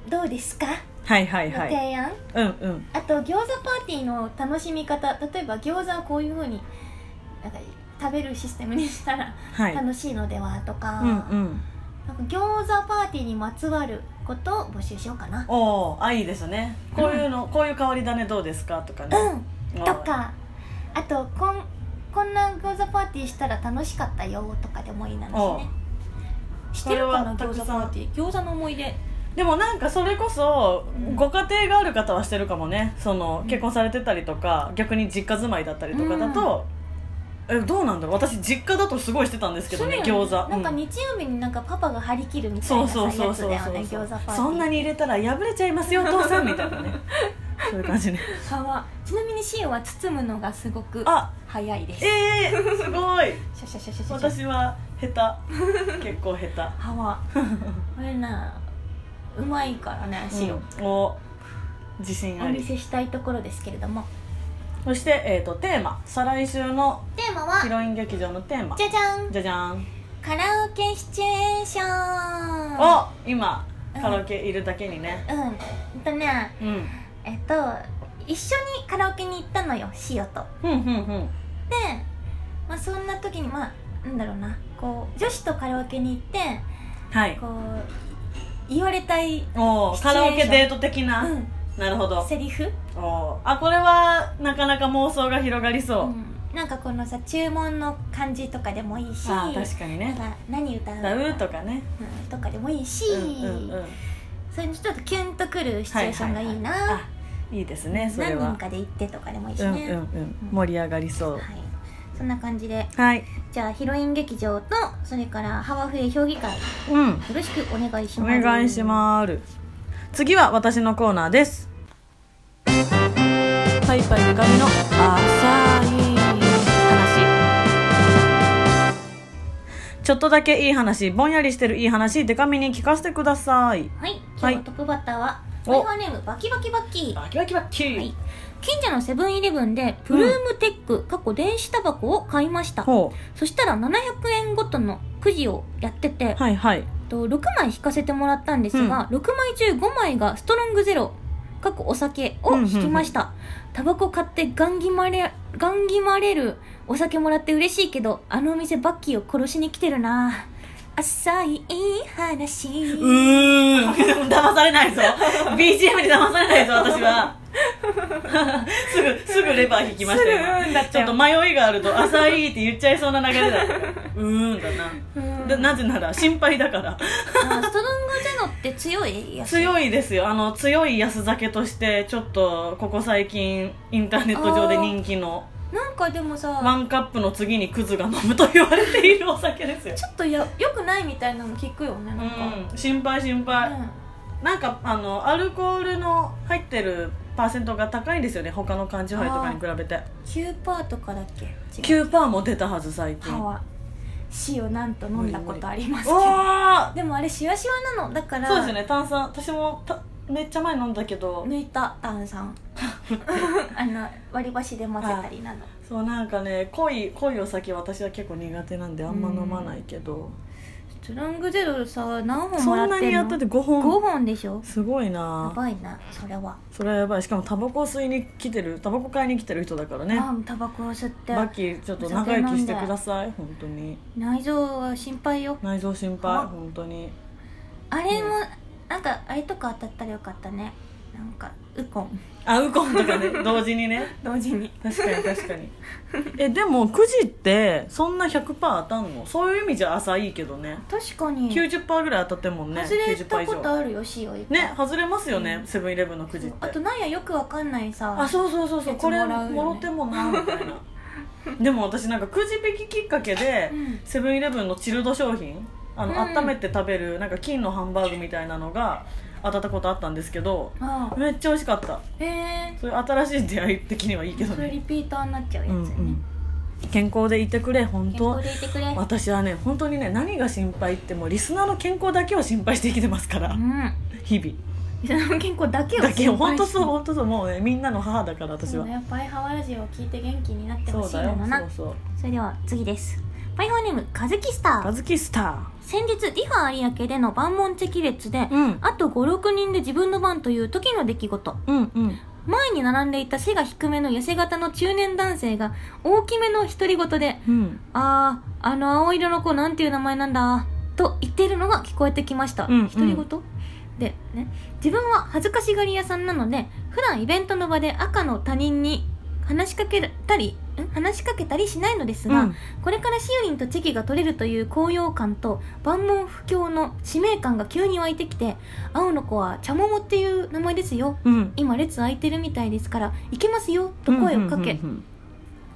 Speaker 1: 子どうですか
Speaker 2: はいはい
Speaker 1: の
Speaker 2: はい
Speaker 1: 提案、
Speaker 2: うんうん
Speaker 1: あと餃子パーティーの楽しみ方例えば餃子をこういうふうになんか食べるシステムにしたら
Speaker 2: はい
Speaker 1: 楽しいのではとか、
Speaker 2: うんうん
Speaker 1: なんか餃子パーティーにまつわることを募集しようかな
Speaker 2: おーあいいですねこういうの、こういう香りだねどうですかとかね
Speaker 1: う
Speaker 2: と
Speaker 1: んとかあとこんこんな餃子パーティーしたら楽しかったよとかでもいいなんです
Speaker 2: お
Speaker 1: ねし
Speaker 2: そ
Speaker 1: て
Speaker 2: れ
Speaker 1: る
Speaker 2: は
Speaker 1: かな
Speaker 2: た
Speaker 1: 餃
Speaker 2: く
Speaker 1: 子
Speaker 2: さん
Speaker 1: パーティー餃子の思い出
Speaker 2: でもなんかそれこそ
Speaker 1: うん
Speaker 2: ご家庭がある方はしてるかもねその
Speaker 1: うん
Speaker 2: 結婚されてたりとか逆に実家住まいだったりとかだと、えどうなんだろう私実家だとすごいしてたんですけどね
Speaker 1: そうよ
Speaker 2: 餃子
Speaker 1: なんか
Speaker 2: うん
Speaker 1: 日曜日になんかパパが張り切るみたい
Speaker 2: そ
Speaker 1: な
Speaker 2: う
Speaker 1: さ
Speaker 2: そうそ
Speaker 1: や
Speaker 2: う
Speaker 1: つ
Speaker 2: そう
Speaker 1: だよ
Speaker 2: そう、
Speaker 1: ね餃子パーティー
Speaker 2: そんなに入れたら破れちゃいますよお父さんみたい
Speaker 1: <laughs>
Speaker 2: なねそういう感じね
Speaker 1: 皮ちなみにシオは包むのがすごく
Speaker 2: あ
Speaker 1: 早いです
Speaker 2: ええー、すごい
Speaker 1: シャシャシャシャシャシャ
Speaker 2: 私は下手結構下
Speaker 1: 歯はこれなうまいからね
Speaker 2: 手
Speaker 1: 塩、
Speaker 2: うんお自信
Speaker 1: お
Speaker 2: あ
Speaker 1: 見
Speaker 2: り
Speaker 1: せしたいところですけれども
Speaker 2: そして、えー、とテーマ再来週の
Speaker 1: テーマ
Speaker 2: ヒ
Speaker 1: は
Speaker 2: ロイン劇場のテーマ
Speaker 1: じゃじゃん
Speaker 2: じゃじゃん
Speaker 1: カラオケシチュエーション
Speaker 2: お今
Speaker 1: うん
Speaker 2: カラオケいるだけにね
Speaker 1: うんえっとね
Speaker 2: うん
Speaker 1: えっと一緒にカラオケに行ったのよシオと
Speaker 2: ふんふんふん
Speaker 1: で、まあ、そんな時にまあなんだろうなこう女子とカラオケに行って
Speaker 2: はい
Speaker 1: こう言われたい、
Speaker 2: おー
Speaker 1: シチ
Speaker 2: カ
Speaker 1: ュエーショ
Speaker 2: ラ
Speaker 1: ン
Speaker 2: オケデート的
Speaker 1: う
Speaker 2: な、
Speaker 1: ん、
Speaker 2: なるほど
Speaker 1: セリフ、
Speaker 2: おーあこれはなかなか妄想が広がりそう、
Speaker 1: うんなんかこのさ注文の感じとかでもいいし
Speaker 2: あー確かにね
Speaker 1: なんか何歌う
Speaker 2: 歌うとかね
Speaker 1: うんとかでもいいし、
Speaker 2: うんうんうん
Speaker 1: それにちょっとキュンとくるシチュエーションがいいな、
Speaker 2: はははあいいですねそれ
Speaker 1: 何
Speaker 2: は
Speaker 1: 人かで行ってとかでもいいし
Speaker 2: うんうん
Speaker 1: ね、
Speaker 2: うん盛り上がりそう
Speaker 1: はい、そんな感じで
Speaker 2: はい
Speaker 1: じゃあヒロイン劇場とそれからハワフエ評議会よ
Speaker 2: うん
Speaker 1: ろしくお願いし
Speaker 2: お
Speaker 1: ます
Speaker 2: 願いします次は私のコーナーですパイパイで髪の浅い話ちょっとだけいい話ぼんやりしてるいい話デカミに聞かせてください
Speaker 1: はい今
Speaker 2: はい
Speaker 1: 日のトップバッターは
Speaker 2: お
Speaker 1: ハイハーネームバキバキバキ
Speaker 2: バキバキバキ、
Speaker 1: はい近所のセブンイレブンでプルームテック、過去電子タバコを買いました
Speaker 2: ほ
Speaker 1: そしたら700円ごとのくじをやってて、
Speaker 2: うはいはい
Speaker 1: と6枚引かせてもらったんですが、6枚中5枚がストロングゼロ過去お酒を引きました、タバコ買ってガンギマレガンギマれるお酒もらって嬉しいけどあのお店バッキーを殺しに来てるな浅いいい話
Speaker 2: うーん騙されないぞ BGM に騙されないぞ私 <laughs> はすぐすぐレバー引きましたよ今ちょっと迷いがあると「浅い」って言っちゃいそうな流れだったからうーんだな
Speaker 1: うん
Speaker 2: でなぜなら心配だから
Speaker 1: あストロングゼロって強いやつ
Speaker 2: 強いですよあの強い安酒としてちょっとここ最近インターネット上で人気の
Speaker 1: なんかでも
Speaker 2: ワ
Speaker 1: さ
Speaker 2: ンカップの次にクズが飲むと言われているお酒ですよ
Speaker 1: ちょっとやよくないみたいなの聞くよねなんか、
Speaker 2: うん心配心配、なんかあのアルコールの入ってるパーセントが高いんですよね他の缶チューハイとかに比べて
Speaker 1: うん、9%とかだっけ違う
Speaker 2: 9%も出たはず最近
Speaker 1: 歯は塩なんと飲んだことありますけど
Speaker 2: お
Speaker 1: でもあれシワシワなのだか
Speaker 2: お
Speaker 1: ら
Speaker 2: そうですよね炭酸私もためっちゃ前飲んだけど、
Speaker 1: 抜いた炭酸あの割り箸で混ぜたりなど
Speaker 2: そうなんかね濃い濃いお酒私は結構苦手なんであんま飲まないけど、
Speaker 1: ストロングゼロさ何本
Speaker 2: そ
Speaker 1: もら
Speaker 2: ん
Speaker 1: ってんの
Speaker 2: なにやってて5
Speaker 1: 5
Speaker 2: 本
Speaker 1: 本でしょ
Speaker 2: すごい
Speaker 1: や
Speaker 2: な
Speaker 1: ばいなそれは、
Speaker 2: それはやばいしかもタバコ吸いに来てるタバコ買いに来てる人だからね
Speaker 1: あタバコを吸って
Speaker 2: バッキーちょっと長生きしてください本当に
Speaker 1: 内臓は心配よ
Speaker 2: 内臓心配
Speaker 1: あ
Speaker 2: 本当に
Speaker 1: あれもなんかあれとか当たったらよかったねなんかウコン
Speaker 2: あウコンとかね同時にね
Speaker 1: 同時に
Speaker 2: 確かに確かにえでもくじってそんな100%当たんのそういう意味じゃ浅いけどね
Speaker 1: 確かに
Speaker 2: 90%ぐらい当たってんもんね
Speaker 1: 外れたこ
Speaker 2: 90%
Speaker 1: と
Speaker 2: 以上
Speaker 1: あるよしおいっぱい
Speaker 2: ね外れますよねセブンイレブンのくじって
Speaker 1: あとなんやよくわかんないさ
Speaker 2: あそうそうそうそう
Speaker 1: やつ
Speaker 2: これ
Speaker 1: もらうよね
Speaker 2: もろてもなみたいなでも私なんかくじ引ききっかけで
Speaker 1: うん
Speaker 2: セブンイレブンのチルド商品あの、
Speaker 1: うん
Speaker 2: 温めて食べるなんか金のハンバーグみたいなのが当たったことあったんですけど
Speaker 1: あ
Speaker 2: めっちゃ美味しかった
Speaker 1: へえ
Speaker 2: そういう新しい出会い的にはいいけど
Speaker 1: それリ
Speaker 2: ね、
Speaker 1: ピーターになっちゃうやつ
Speaker 2: う
Speaker 1: よ
Speaker 2: んう
Speaker 1: ね、
Speaker 2: ん、健康でいてくれ本
Speaker 1: 健
Speaker 2: 当
Speaker 1: 康でいてくれ
Speaker 2: 私はね本当にね何が心配ってもうリスナーの健康だけを心配して生きてますから
Speaker 1: うん
Speaker 2: 日々
Speaker 1: 人の健康だけを
Speaker 2: だけど
Speaker 1: 心
Speaker 2: 本
Speaker 1: 配
Speaker 2: 当
Speaker 1: して
Speaker 2: そう本当そうもうねみんなの母だから私
Speaker 1: そう
Speaker 2: は
Speaker 1: ねパイハワラジオを聞いて元気になってほ
Speaker 2: そ
Speaker 1: しい
Speaker 2: う
Speaker 1: の
Speaker 2: だよ
Speaker 1: だな
Speaker 2: そうそう
Speaker 1: それでは次ですパイハワネームカズキスタ
Speaker 2: カ
Speaker 1: ー
Speaker 2: ズキスタ
Speaker 1: 先日リハ有明での万問席列で、
Speaker 2: ーうん
Speaker 1: あと56人で自分の番という時の出来事
Speaker 2: うんうん
Speaker 1: 前に並んでいた背が低めの痩せ型の中年男性が大きめの独り言で
Speaker 2: うん
Speaker 1: 「あーあの青色の子なんていう名前なんだ」と言っているのが聞こえてきました
Speaker 2: うんうん
Speaker 1: 独り言でね自分は恥ずかしがり屋さんなので普段イベントの場で赤の他人に話しかけたりん話しかけたりしないのですが、
Speaker 2: うん
Speaker 1: これからしおりんとチェキが取れるという高揚感と万問不況の使命感が急に湧いてきて青の子は茶桃っていう名前ですよ
Speaker 2: うん
Speaker 1: 今列空いてるみたいですから行けますよと声をかけ、
Speaker 2: うん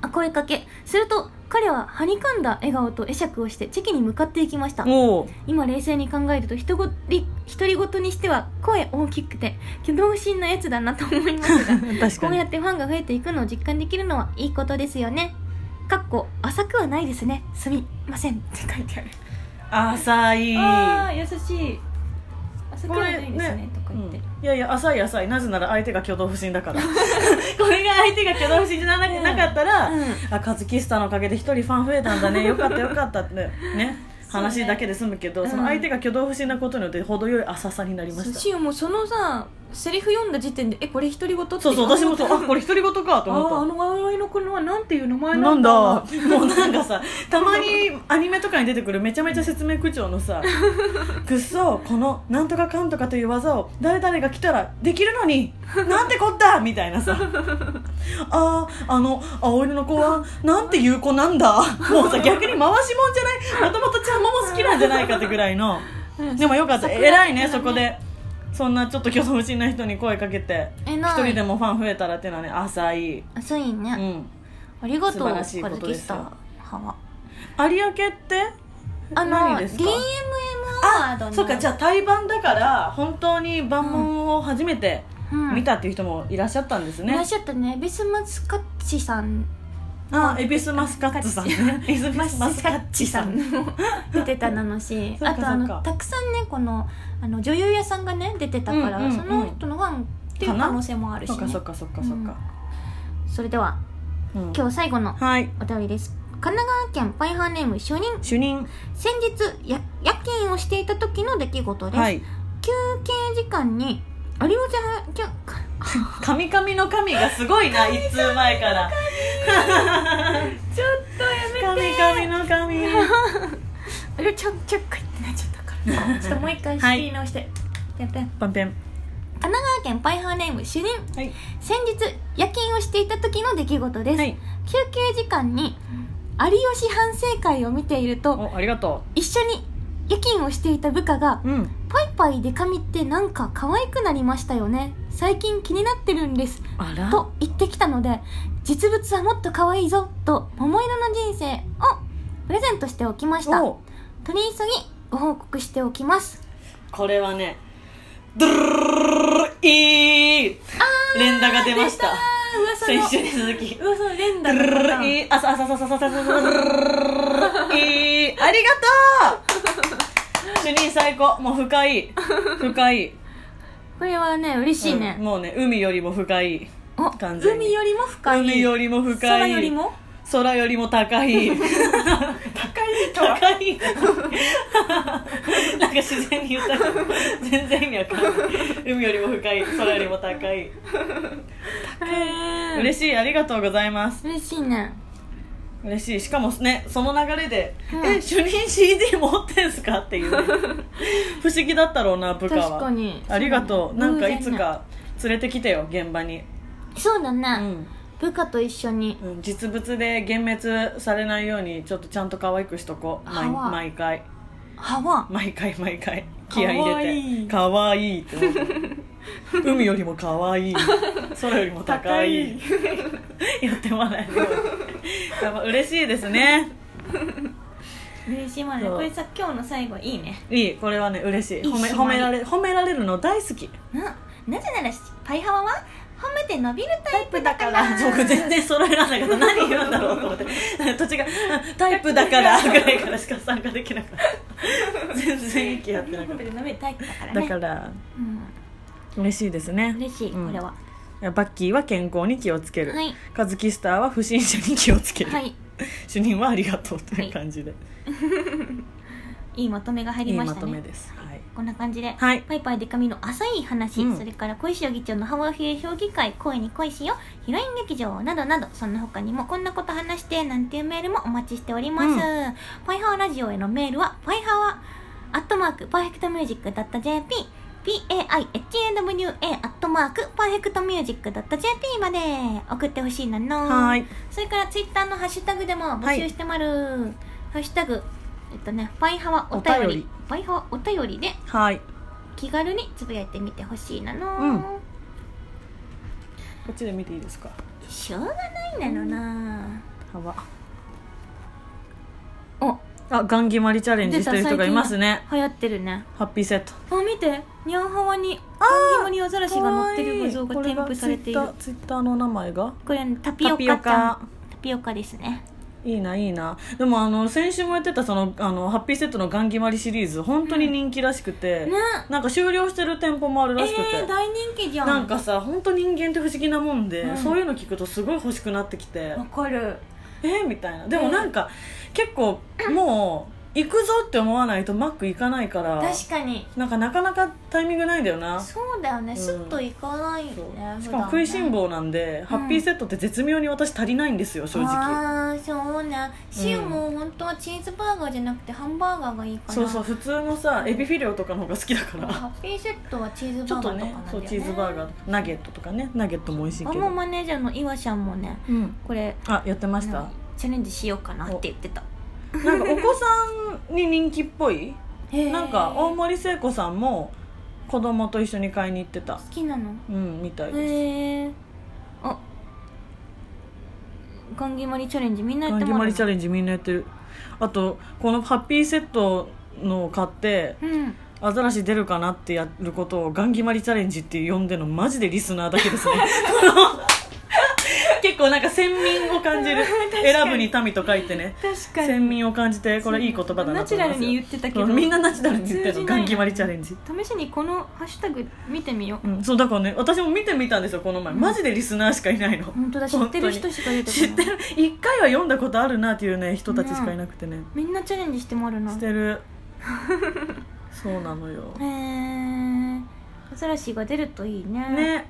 Speaker 1: あ声かけすると彼ははにかんだ笑顔と会釈をしてチェキに向かっていきました
Speaker 2: うんうんお
Speaker 1: <laughs>
Speaker 2: お
Speaker 1: 今冷静に考えるとひとごり独り言にしては声大きくて挙動不審なやつだなと思いますが
Speaker 2: 確
Speaker 1: こ
Speaker 2: か
Speaker 1: う
Speaker 2: に
Speaker 1: やってファンが増えていくのを実感できるのはいいことですよねかっこ浅くはないですねすみませんって書いてある
Speaker 2: 浅い
Speaker 1: あー優しい浅く
Speaker 2: こ
Speaker 1: は
Speaker 2: れ
Speaker 1: ないですねとか
Speaker 2: う
Speaker 1: 言っ
Speaker 2: ん
Speaker 1: て、
Speaker 2: いやいや浅い浅いなぜなら相手が挙動不審
Speaker 1: <laughs>
Speaker 2: だからこれが相手が挙動不審じゃなくなかったら、
Speaker 1: うん
Speaker 2: あカズキスタのおかげで一人ファン増えたんだねよかったよかったってね話だけで済むけど、
Speaker 1: うん
Speaker 2: その相手が挙動不審なことによって程よい浅さになりました
Speaker 1: しおもそのさセリフ読んだ時点でえこれ独り言って
Speaker 2: そうそう私もそうあこれ独り言かと
Speaker 1: あああ
Speaker 2: 思っ
Speaker 1: の笑いの子のはなんていう名
Speaker 2: た
Speaker 1: 前
Speaker 2: な
Speaker 1: なん
Speaker 2: ん
Speaker 1: だ
Speaker 2: だもうなんかさたまにアニメとかに出てくるめちゃめちゃ説明口調の
Speaker 1: <laughs>
Speaker 2: さ「くっそこのなんとかかんとかという技を誰々が来たらできるのになんてこった!」みたい
Speaker 1: <laughs>
Speaker 2: なさ「あああの青色の子はなんていう子なんだ」もうさ逆に回しもんじゃないもともとちゃんもも好きなんじゃないかってぐらいの
Speaker 1: うん
Speaker 2: でもよかった
Speaker 1: 桜
Speaker 2: 偉いねそこでそんなちょっと挙動不審な人に声かけて
Speaker 1: え
Speaker 2: 一
Speaker 1: な
Speaker 2: 人でもファン増えたらっていうのはね浅い、
Speaker 1: 浅いね、
Speaker 2: うん、
Speaker 1: ありがとう
Speaker 2: 素晴らしいことですよ
Speaker 1: カズキスタは
Speaker 2: 有明って
Speaker 1: あの
Speaker 2: 何ですか
Speaker 1: DMM アワードの
Speaker 2: そっかじゃあ対バンだから本当に万問を初めて
Speaker 1: うん
Speaker 2: 見たっていう人もいらっしゃったんです
Speaker 1: いら
Speaker 2: ね
Speaker 1: っ、しゃったねビスマスカッチさん
Speaker 2: あエビスマスカッツさんねエビスマスカッチさん
Speaker 1: も出てたなのし
Speaker 2: <laughs> そっ
Speaker 1: あ
Speaker 2: か
Speaker 1: とあ
Speaker 2: そっ
Speaker 1: の
Speaker 2: か
Speaker 1: たくさんねこのあの女優屋さんがね出てたから、
Speaker 2: うんうんうん
Speaker 1: その人のファンっていう可能性もあるし、
Speaker 2: そ
Speaker 1: ね
Speaker 2: っ、かそっかそっかそっか、
Speaker 1: それでは
Speaker 2: うん
Speaker 1: 今日最後の
Speaker 2: はい
Speaker 1: お便りです神奈川県パイハーネーム主任
Speaker 2: 主任
Speaker 1: 先日や夜勤をしていた時の出来事です、
Speaker 2: はい
Speaker 1: 休憩時間に有吉ち
Speaker 2: <laughs>
Speaker 1: ゃん
Speaker 2: 神々の神がすごいな一通前から
Speaker 1: ちょっとやめて
Speaker 2: 神々の神
Speaker 1: あれちょちょっかいってなっちゃった
Speaker 2: <laughs>
Speaker 1: からちょっともう一回仕切り直して、やって神
Speaker 2: パンペン
Speaker 1: 奈川県パイハーネーム主任
Speaker 2: はい
Speaker 1: 先日夜勤をしていた時の出来事です、
Speaker 2: はい
Speaker 1: 休憩時間に有吉反省会を見ていると
Speaker 2: おありがと
Speaker 1: 一緒に夜勤をしていた部下が
Speaker 2: ううん
Speaker 1: 「パイパイデカミってなんか可愛くなりましたよね最近気になってるんです」
Speaker 2: あら
Speaker 1: と言ってきたので実物はもっと可愛いぞと桃色の人生をプレゼントしておきました
Speaker 2: お
Speaker 1: 取り急ぎご報告しておきます
Speaker 2: これはねドゥルルルルいい連打が出ました
Speaker 1: 噂
Speaker 2: 先週に続き
Speaker 1: 噂の連
Speaker 2: ドゥ
Speaker 1: 打
Speaker 2: ルルルル
Speaker 1: い
Speaker 2: いいあさあさあさあさあさあさあさあドゥルルルルいいありがとう主任最高もう深い深い
Speaker 1: これはね嬉しい
Speaker 2: うん
Speaker 1: ね、
Speaker 2: もうね海よりも深い
Speaker 1: お
Speaker 2: 完全に
Speaker 1: 海よりも深い
Speaker 2: 海よりも深い
Speaker 1: 空よりも
Speaker 2: 空よりも高
Speaker 1: <laughs>
Speaker 2: い
Speaker 1: は
Speaker 2: 高い <laughs> なんか自然に言ったけど全然意味わかんない海よりも深い空よりも高い
Speaker 1: へー
Speaker 2: 嬉しいありがとうございます
Speaker 1: 嬉しいね
Speaker 2: 嬉しいしかもねその流れで「
Speaker 1: うん
Speaker 2: え主任 CD 持ってんすか?」 <laughs> っていうね不思議だったろうな部下は
Speaker 1: 確かに
Speaker 2: ありがとう
Speaker 1: そ
Speaker 2: な
Speaker 1: うね
Speaker 2: んかいつか連れてきてよ現場に、
Speaker 5: そうだ
Speaker 2: う
Speaker 5: ね、
Speaker 2: ん
Speaker 5: 部下と一緒に
Speaker 2: うん実物で幻滅されないようにちょっとちゃんと可愛くしとこう毎
Speaker 5: かわ
Speaker 2: 毎回
Speaker 5: 歯は
Speaker 2: 毎回毎回気合い入れて可愛いいって思 <laughs> う海よりも可愛いい空よりも高い <laughs> やってもらえるようにやっぱ嬉しいですね
Speaker 1: 嬉しいまで
Speaker 2: そう
Speaker 1: これさ今日の最後いいね
Speaker 2: いいこれはね嬉し
Speaker 1: い
Speaker 2: い
Speaker 1: い
Speaker 2: 褒め
Speaker 1: 締
Speaker 2: 褒
Speaker 1: ま
Speaker 2: め
Speaker 1: り
Speaker 2: られ褒められるの大好き
Speaker 1: ななぜならパイハワは褒めて伸びるタイプだから
Speaker 2: 僕全然揃えられなかった何言うんだろうと思って土地が「タイプだから」ぐらいからしか参加できなかった全然息やってなかっ
Speaker 1: 褒めて伸びるタイプだから
Speaker 2: た
Speaker 1: ね
Speaker 2: だから
Speaker 1: うん、
Speaker 2: 嬉しいですね
Speaker 1: 嬉しいこ
Speaker 2: うん
Speaker 1: れは、
Speaker 2: バッキーは健康に気をつける、
Speaker 1: はい
Speaker 2: カズキスターは不審者に気をつける、
Speaker 1: はい
Speaker 2: 主任はありがとうという感じで、
Speaker 1: いいまとめが入
Speaker 2: い、い
Speaker 1: りまし
Speaker 2: ま
Speaker 1: た
Speaker 2: とめ
Speaker 1: ね
Speaker 2: ですはい、
Speaker 1: こんな感じで
Speaker 2: はい、
Speaker 1: パイパイデカミの浅い話、
Speaker 2: うん
Speaker 1: それから小石尾議長のハワフィエ評議会声に恋しよヒロイン劇場などなどそんな他にもこんなこと話してなんていうメールもお待ちしております、
Speaker 2: うん
Speaker 1: パイハワラジオへのメールはパイハワアットマークパーフェクトミュージック .jp p-a-i-h-a-w-a アットマークパーフェクトミュージック .jp まで送ってほしいなの
Speaker 2: はい
Speaker 1: それからツイッターのハッシュタグでも募集してまる、ハッシュタグえっとねパイハワお便り
Speaker 2: お便り
Speaker 1: パイハワお便りで
Speaker 2: はい
Speaker 1: 気軽につぶやいてみてほしいなの、
Speaker 2: うんこっちで見ていいですか
Speaker 1: しょうがないなのな、
Speaker 2: 幅
Speaker 1: お
Speaker 2: あガンギマリチャレンジしてる人がいますね
Speaker 1: 流行ってるね
Speaker 2: ハッピーセット
Speaker 1: あ見てニャンハワにあンギマリアザラシが乗ってる画像が添付されている
Speaker 2: これがツイッターツイッターの名前が
Speaker 1: これタピオカちゃんタピオカですね
Speaker 2: いいないいなでもあの先週もやってたそのあのハッピーセットのガンギマリシリーズ本当に人気らしくて、
Speaker 1: ね
Speaker 2: なんか終了してる店舗もある
Speaker 1: え
Speaker 2: らしくて、
Speaker 1: ー、大人気じゃん
Speaker 2: なんかさ本当人間って不思議なもんで、
Speaker 1: うん
Speaker 2: そういうの聞くとすごい欲しくなってきて、
Speaker 1: わかる
Speaker 2: えーみたいなでもなんか、結構もう行くぞって思わないとマック行かないから
Speaker 1: 確かに
Speaker 2: なんかなかなかタイミングないんだよな
Speaker 1: そうだよねスッといかないよね、
Speaker 2: しかも食いしん
Speaker 1: 坊
Speaker 2: 坊なんで、ハッピーセットって絶妙に私足りないんですよ正直
Speaker 1: ああそうねシオも本当はチーズバーガーじゃなくてハンバーガーがいいかな
Speaker 2: そうそう普通のさエビフィレオとかの方が好きだから
Speaker 1: ハッピーセットはチーズ
Speaker 2: ちょ
Speaker 1: バーガーとかな
Speaker 2: っと
Speaker 1: んだ
Speaker 2: ね
Speaker 1: よね
Speaker 2: そうチーズバーガーとかナゲットとかねナゲットも美味しい
Speaker 1: あ
Speaker 2: け
Speaker 1: もう
Speaker 2: ど
Speaker 1: マネージャーのイワシャンもね
Speaker 2: うん
Speaker 1: これ
Speaker 2: あやってました
Speaker 1: 何チャレンジしようかなって言ってた
Speaker 2: なんかお子さんに人気っぽい
Speaker 1: へー
Speaker 2: なんか大
Speaker 1: 好
Speaker 2: 森聖子さんも子供と一緒に買いに行ってた
Speaker 1: きなの
Speaker 2: うんみたいです
Speaker 1: へえあガンギマリチャレンジみんなや
Speaker 2: ガ
Speaker 1: っ
Speaker 2: ン
Speaker 1: て
Speaker 2: ギ
Speaker 1: も
Speaker 2: マ
Speaker 1: らう
Speaker 2: リチャレンジみんなやってるあとこのハッピーセットのを買って
Speaker 1: うん
Speaker 2: アザラシ出るかなってやることをガンギマリチャレンジって呼んでるのマジでリスナーだけですね
Speaker 1: <laughs>
Speaker 2: この結構なんか先民を感
Speaker 1: <laughs>
Speaker 2: じる選ぶに民と書いてね
Speaker 1: 確
Speaker 2: 先民を感じてこれいい言葉だなと思いますよ
Speaker 1: ナチュラルに言ってたけど
Speaker 2: そうみんなナチュラルに言ってる
Speaker 1: 通
Speaker 2: の
Speaker 1: じな
Speaker 2: ガ
Speaker 1: い
Speaker 2: ンギマリチャレンジ
Speaker 1: 試しにこのハッシュタグ見てみよう
Speaker 2: うん、そうだからね私も見てみたんですよこの前マジでリスナーしかいないの、
Speaker 1: 本当だ知ってる人しか出てこ
Speaker 2: 知
Speaker 1: ない
Speaker 2: ってる一回は読んだことあるなっていうね人たちしかいなくてね
Speaker 1: みんなチャレンジしてもらうな
Speaker 2: し
Speaker 1: へ <laughs>
Speaker 2: てるそうなのよ
Speaker 1: えアザラシが出るといい <laughs> ね
Speaker 2: ね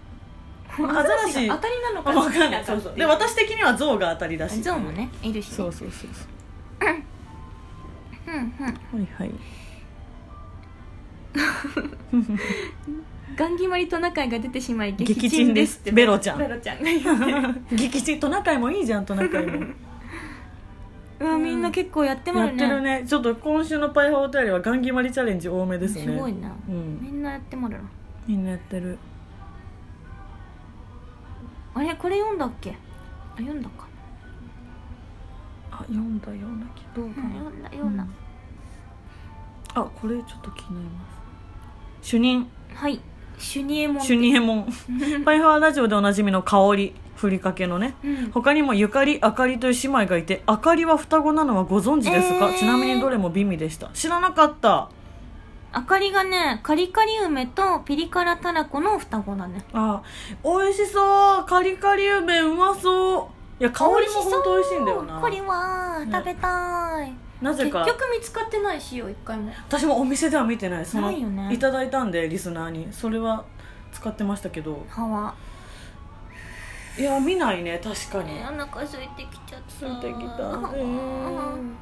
Speaker 1: アザラシが当たりなのか
Speaker 2: 分かんないそうそうで私的には象が当たりだし
Speaker 1: ゾウもねいるしね
Speaker 2: そうそうそうそ
Speaker 1: うんうん
Speaker 2: うはいはい
Speaker 1: ガンギマリトナカイが出てしまい
Speaker 2: 激鎮ですってベロちゃ
Speaker 1: ベ
Speaker 2: ん
Speaker 1: ロちゃんが言ってる
Speaker 2: 激鎮トナカイもいいじゃんトナカイも
Speaker 1: <laughs> うわみんな結構やっても
Speaker 2: や
Speaker 1: ら
Speaker 2: っ
Speaker 1: う
Speaker 2: てるねちょっと今週のパイハーお便りはガンギマリチャレンジ多めですね
Speaker 1: すごいな
Speaker 2: うん
Speaker 1: みんなやってもらう
Speaker 2: みんなやってる
Speaker 1: あれこれ読んだっけあ読んだか
Speaker 2: あ読んだような気どうか
Speaker 1: うん
Speaker 2: な
Speaker 1: 読んだ読んだ
Speaker 2: あこれちょっと気になります主任
Speaker 1: はいシュニエモン
Speaker 2: 主任
Speaker 1: <laughs>
Speaker 2: エモンパイハワラジオでおなじみの香りふりかけのね
Speaker 1: うん
Speaker 2: 他にもゆかりあかりという姉妹がいてあかりは双子なのはご存知ですか、
Speaker 1: えー
Speaker 2: ちなみにどれも美味でした知らなかった
Speaker 1: あかりがねカリカリ梅とピリ辛たらこの双子だね
Speaker 2: あ美味しそうカリカリ梅うまそういや香りも本当美味しいんだよな
Speaker 1: これは
Speaker 2: ね
Speaker 1: 食べたい
Speaker 2: な
Speaker 1: 結
Speaker 2: ぜか
Speaker 1: 局見つかってないしよ一回も
Speaker 2: 私もお店では見てないその
Speaker 1: ないよね
Speaker 2: いただいたんでリスナーにそれは使ってましたけど
Speaker 1: 歯はい
Speaker 2: や見ないね確かに、
Speaker 1: えーお腹空いてきちゃった
Speaker 2: ついてきた、
Speaker 1: うん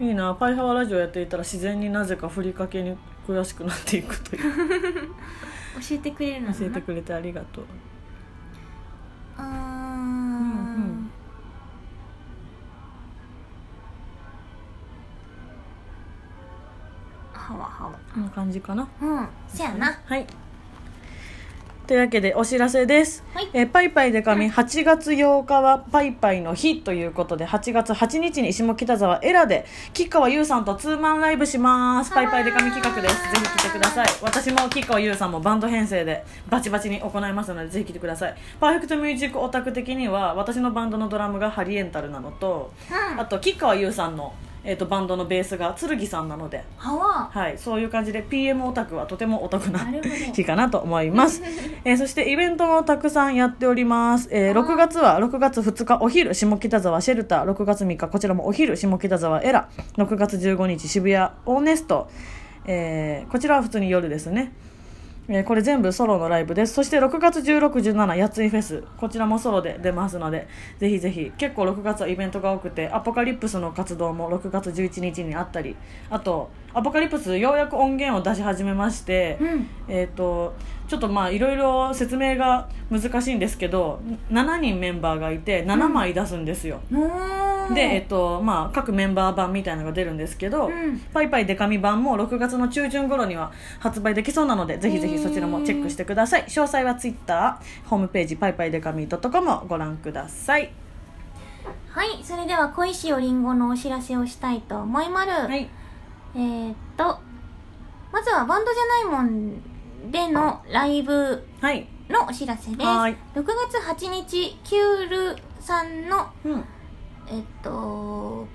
Speaker 2: いいなパイハワラジオやっていたら自然になぜかふりかけに詳しくなっていくという
Speaker 3: 教えてくれるのかな
Speaker 2: 教えてくれてありがとう
Speaker 1: うー
Speaker 2: うんうん
Speaker 1: んはわはわ
Speaker 2: こんな感じかな
Speaker 1: うんせやな
Speaker 2: はいというわけでお知らせです、
Speaker 1: はい
Speaker 2: えーパイパイで神8月8日はパイパイの日ということで8月8日に下北沢エラで吉川優さんとツーマンライブしますパイパイで神企画ですぜひ来てください私も吉川優さんもバンド編成でバチバチに行いますのでぜひ来てくださいパーフェクトミュージックオタク的には私のバンドのドラムがハリエンタルなのと
Speaker 1: うん
Speaker 2: あと吉川優さんの、えー、とバンドのベースが剣さんなので
Speaker 1: はわ
Speaker 2: はい、そういう感じで PM オタクはとてもお得な
Speaker 1: なるほど
Speaker 2: <laughs> 日かなと思います、えーそしてイベントもたくさんやっております、えー6月は6月2日お昼下北沢シェルター6月3日こちらもお昼下北沢エラ6月15日渋谷オーネスト、えーこちらは普通に夜ですねえーこれ全部ソロのライブですそして6月1617やついフェスこちらもソロで出ますのでぜひぜひ結構6月はイベントが多くてアポカリプスの活動も6月11日にあったりあとアポカリプスようやく音源を出し始めまして、
Speaker 3: うん
Speaker 2: えっ、とちょっとまあいろいろ説明が難しいんですけど7人メンバーがいて7枚出すんですよ、
Speaker 3: うーん
Speaker 2: で、えっとまあ、各メンバー版みたいなのが出るんですけど、
Speaker 3: うん
Speaker 2: パイパイデカミ版も6月の中旬頃には発売できそうなのでぜひぜひそちらもチェックしてください、詳細はツイッターホームページパイパイデカミ .com をご覧ください
Speaker 1: はいそれでは小石よりんごのお知らせをしたいと思いまる、
Speaker 2: はい
Speaker 1: えーっとまずはバンドじゃないもんでのライブ
Speaker 2: はい
Speaker 1: のお知らせです
Speaker 2: はー
Speaker 1: 6
Speaker 2: い
Speaker 1: 月8日キュールさんの
Speaker 2: うん
Speaker 1: えっとこ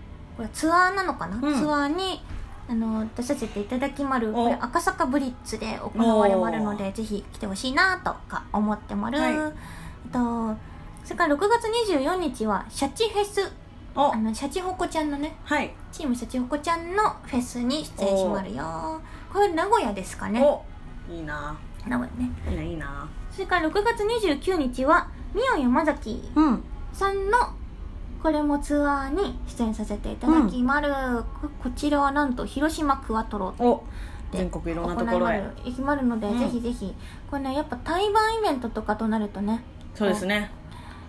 Speaker 1: れツアーなのかな、
Speaker 2: うん
Speaker 1: ツアーにあの出させていただきまる
Speaker 2: お
Speaker 1: これ赤坂ブリッツで行われまるのでぜひ来てほしいなとか思ってまる、
Speaker 2: はい
Speaker 1: えっとそれから6月24日はシャチフェス
Speaker 2: お
Speaker 1: あのシャチホコちゃんのね
Speaker 2: はい
Speaker 1: チームシャチホコちゃんのフェスに出演しまるよこれ名古屋ですかね
Speaker 2: おいいな
Speaker 1: 名古屋ね
Speaker 2: いいないいな
Speaker 1: それから6月29日はミオ山崎
Speaker 2: うん
Speaker 1: さんのこれもツアーに出演させていただきまる、ここちらはなんと広島クワトロ
Speaker 2: お全国いろんなところへ
Speaker 1: 行いまるので、
Speaker 2: うん
Speaker 1: ぜひぜひこれねやっぱ対バンイベントとかとなるとね
Speaker 2: そうですね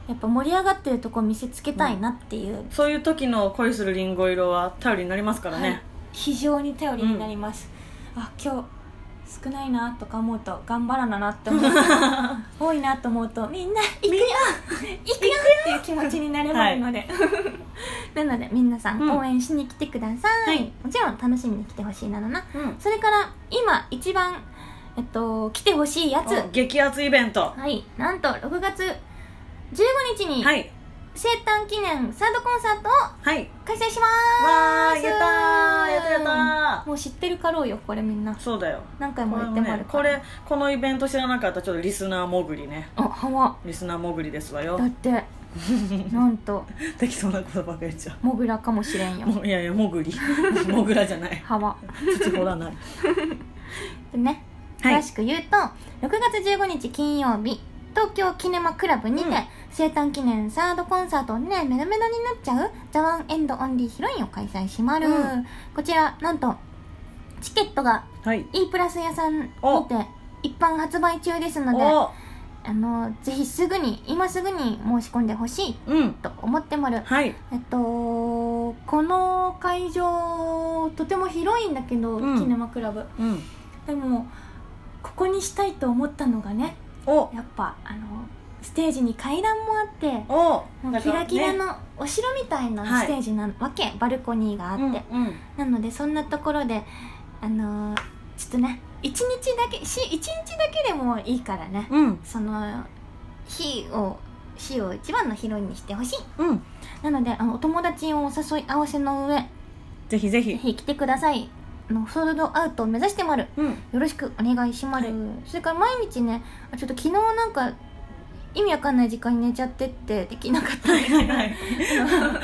Speaker 1: やっぱ盛り上がってるとこ見せつけたいなっていう、
Speaker 2: そういう時の恋するリンゴ色は頼りになりますからね、
Speaker 1: はい非常に頼りになります、あ今日少ないなとか思うと頑張らななって思う
Speaker 2: <laughs>
Speaker 1: 多いなと思うとみんな行くよ行くよっていう気持ちになればいいので、 <laughs> なので皆さん
Speaker 2: うん
Speaker 1: 応援しに来てください、
Speaker 2: はい
Speaker 1: もちろん楽しみに来てほしいなのな
Speaker 2: うん
Speaker 1: それから今一番えっと来てほしいやつ
Speaker 2: お激アツイベント
Speaker 1: はいなんと6月15日に
Speaker 2: はい
Speaker 1: 生誕記念サードコンサートを
Speaker 2: はい
Speaker 1: 開催しま
Speaker 2: わ
Speaker 1: ー
Speaker 2: ー
Speaker 1: す
Speaker 2: やったーやったやった
Speaker 1: ーもう知ってるかろうよこれみんな
Speaker 2: ーそうだよ
Speaker 1: 何回
Speaker 2: こ
Speaker 1: も
Speaker 2: れ
Speaker 1: 言っ
Speaker 2: も
Speaker 1: てもら
Speaker 2: ね
Speaker 1: るか
Speaker 2: こ
Speaker 1: ら
Speaker 2: れこのイベント知らなかったらちょっとリスナー潜りね
Speaker 1: あは
Speaker 2: リスナー潜りですわよ
Speaker 1: だって
Speaker 2: <laughs>
Speaker 1: なんと
Speaker 2: できそうなことばかり言っちゃ
Speaker 1: モグラかもしれんよ
Speaker 2: うもういやいや潜り <laughs> モグラじゃない
Speaker 1: はわ
Speaker 2: 土掘らない
Speaker 1: でね
Speaker 2: は
Speaker 1: 詳
Speaker 2: い
Speaker 1: しく言うと、6月15日金曜日東京キネマクラブにて、
Speaker 2: うん
Speaker 1: 生誕記念サードコンサートねメロメロになっちゃう「ザワンエンドオンリーヒロインを開催しまる、
Speaker 2: うん
Speaker 1: こちらなんとチケットが
Speaker 2: はい
Speaker 1: E プラス屋さんにて
Speaker 2: お
Speaker 1: 一般発売中ですので
Speaker 2: お
Speaker 1: あのぜひすぐに今すぐに申し込んでほしい
Speaker 2: うん
Speaker 1: と思ってまる
Speaker 2: はい
Speaker 1: えっとこの会場とても広いんだけど、
Speaker 2: うん
Speaker 1: キネマクラブ
Speaker 2: うん
Speaker 1: でもここにしたいと思ったのがね
Speaker 2: お
Speaker 1: やっぱあのステージに階段もあって
Speaker 2: お
Speaker 1: もうキラキラ
Speaker 2: だ
Speaker 1: のお城みたいな
Speaker 2: は
Speaker 1: ス
Speaker 2: い
Speaker 1: テージなわけ、バルコニーがあ
Speaker 2: か
Speaker 1: って、
Speaker 2: らねうんうん
Speaker 1: なのでそんなところであのーちょっとね一日だけし一日だけでもいいからね
Speaker 2: うん
Speaker 1: その日を日を一番のヒロインにしてほしい
Speaker 2: うん
Speaker 1: なのであのお友達をお誘い合わせの上
Speaker 2: ぜひ
Speaker 1: ぜ
Speaker 2: ぜひ
Speaker 1: ひ来てくださいあのソールドアウトを目指してまる
Speaker 2: うん
Speaker 1: よろしくお願いしまる、
Speaker 2: はい
Speaker 1: それから毎日ねあちょっと昨日なんか意味わかんない時間に寝ちゃってってできなかったんです
Speaker 2: はい
Speaker 1: <laughs>
Speaker 2: はい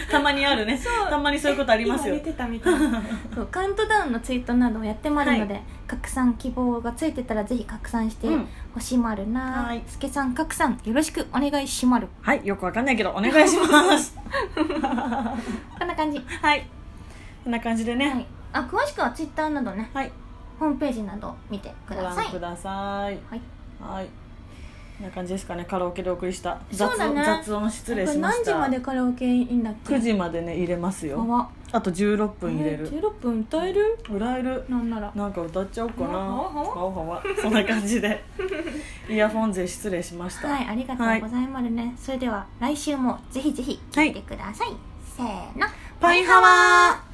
Speaker 2: たまにあるねたまにそういうことありますよ
Speaker 1: 今寝てたみたいなそうカウントダウンのツイートなどをやってまるので、拡散希望がついてたらぜひ拡散して
Speaker 2: うん
Speaker 1: ほしまるな、
Speaker 2: はい
Speaker 1: すけさん拡散よろしくお願いしまる
Speaker 2: はいよくわかんないけどお願いします
Speaker 1: こんな感じ、
Speaker 2: <laughs> はいこんな感じで
Speaker 1: は
Speaker 2: ね
Speaker 1: い、あ詳しくはツイッターなどね
Speaker 2: はい
Speaker 1: ホームページなど見てく
Speaker 2: ご
Speaker 1: ださ
Speaker 2: 覧
Speaker 1: い
Speaker 2: ください
Speaker 1: はい
Speaker 2: はいこんな感じですかねカラオケでお送りした雑
Speaker 3: そうだ
Speaker 2: 音,、
Speaker 3: ね
Speaker 2: 雑音失礼
Speaker 3: こ
Speaker 2: し
Speaker 3: れ
Speaker 2: ま
Speaker 3: 何
Speaker 2: した
Speaker 3: 時までカラオケいいんだっけ
Speaker 2: 9時までね入れますよ
Speaker 3: わ
Speaker 2: あと16分入れ
Speaker 3: え
Speaker 2: る
Speaker 3: ー16分歌える
Speaker 2: 歌える
Speaker 3: なんなら
Speaker 2: なんか歌っちゃおうかな
Speaker 3: はわはわ
Speaker 2: はわはわそんな感じでイヤフォン勢失礼しました、
Speaker 1: はい、ありがとうございますね。それでは来週もぜひぜひ聞いてください。せーの、
Speaker 2: パイハワー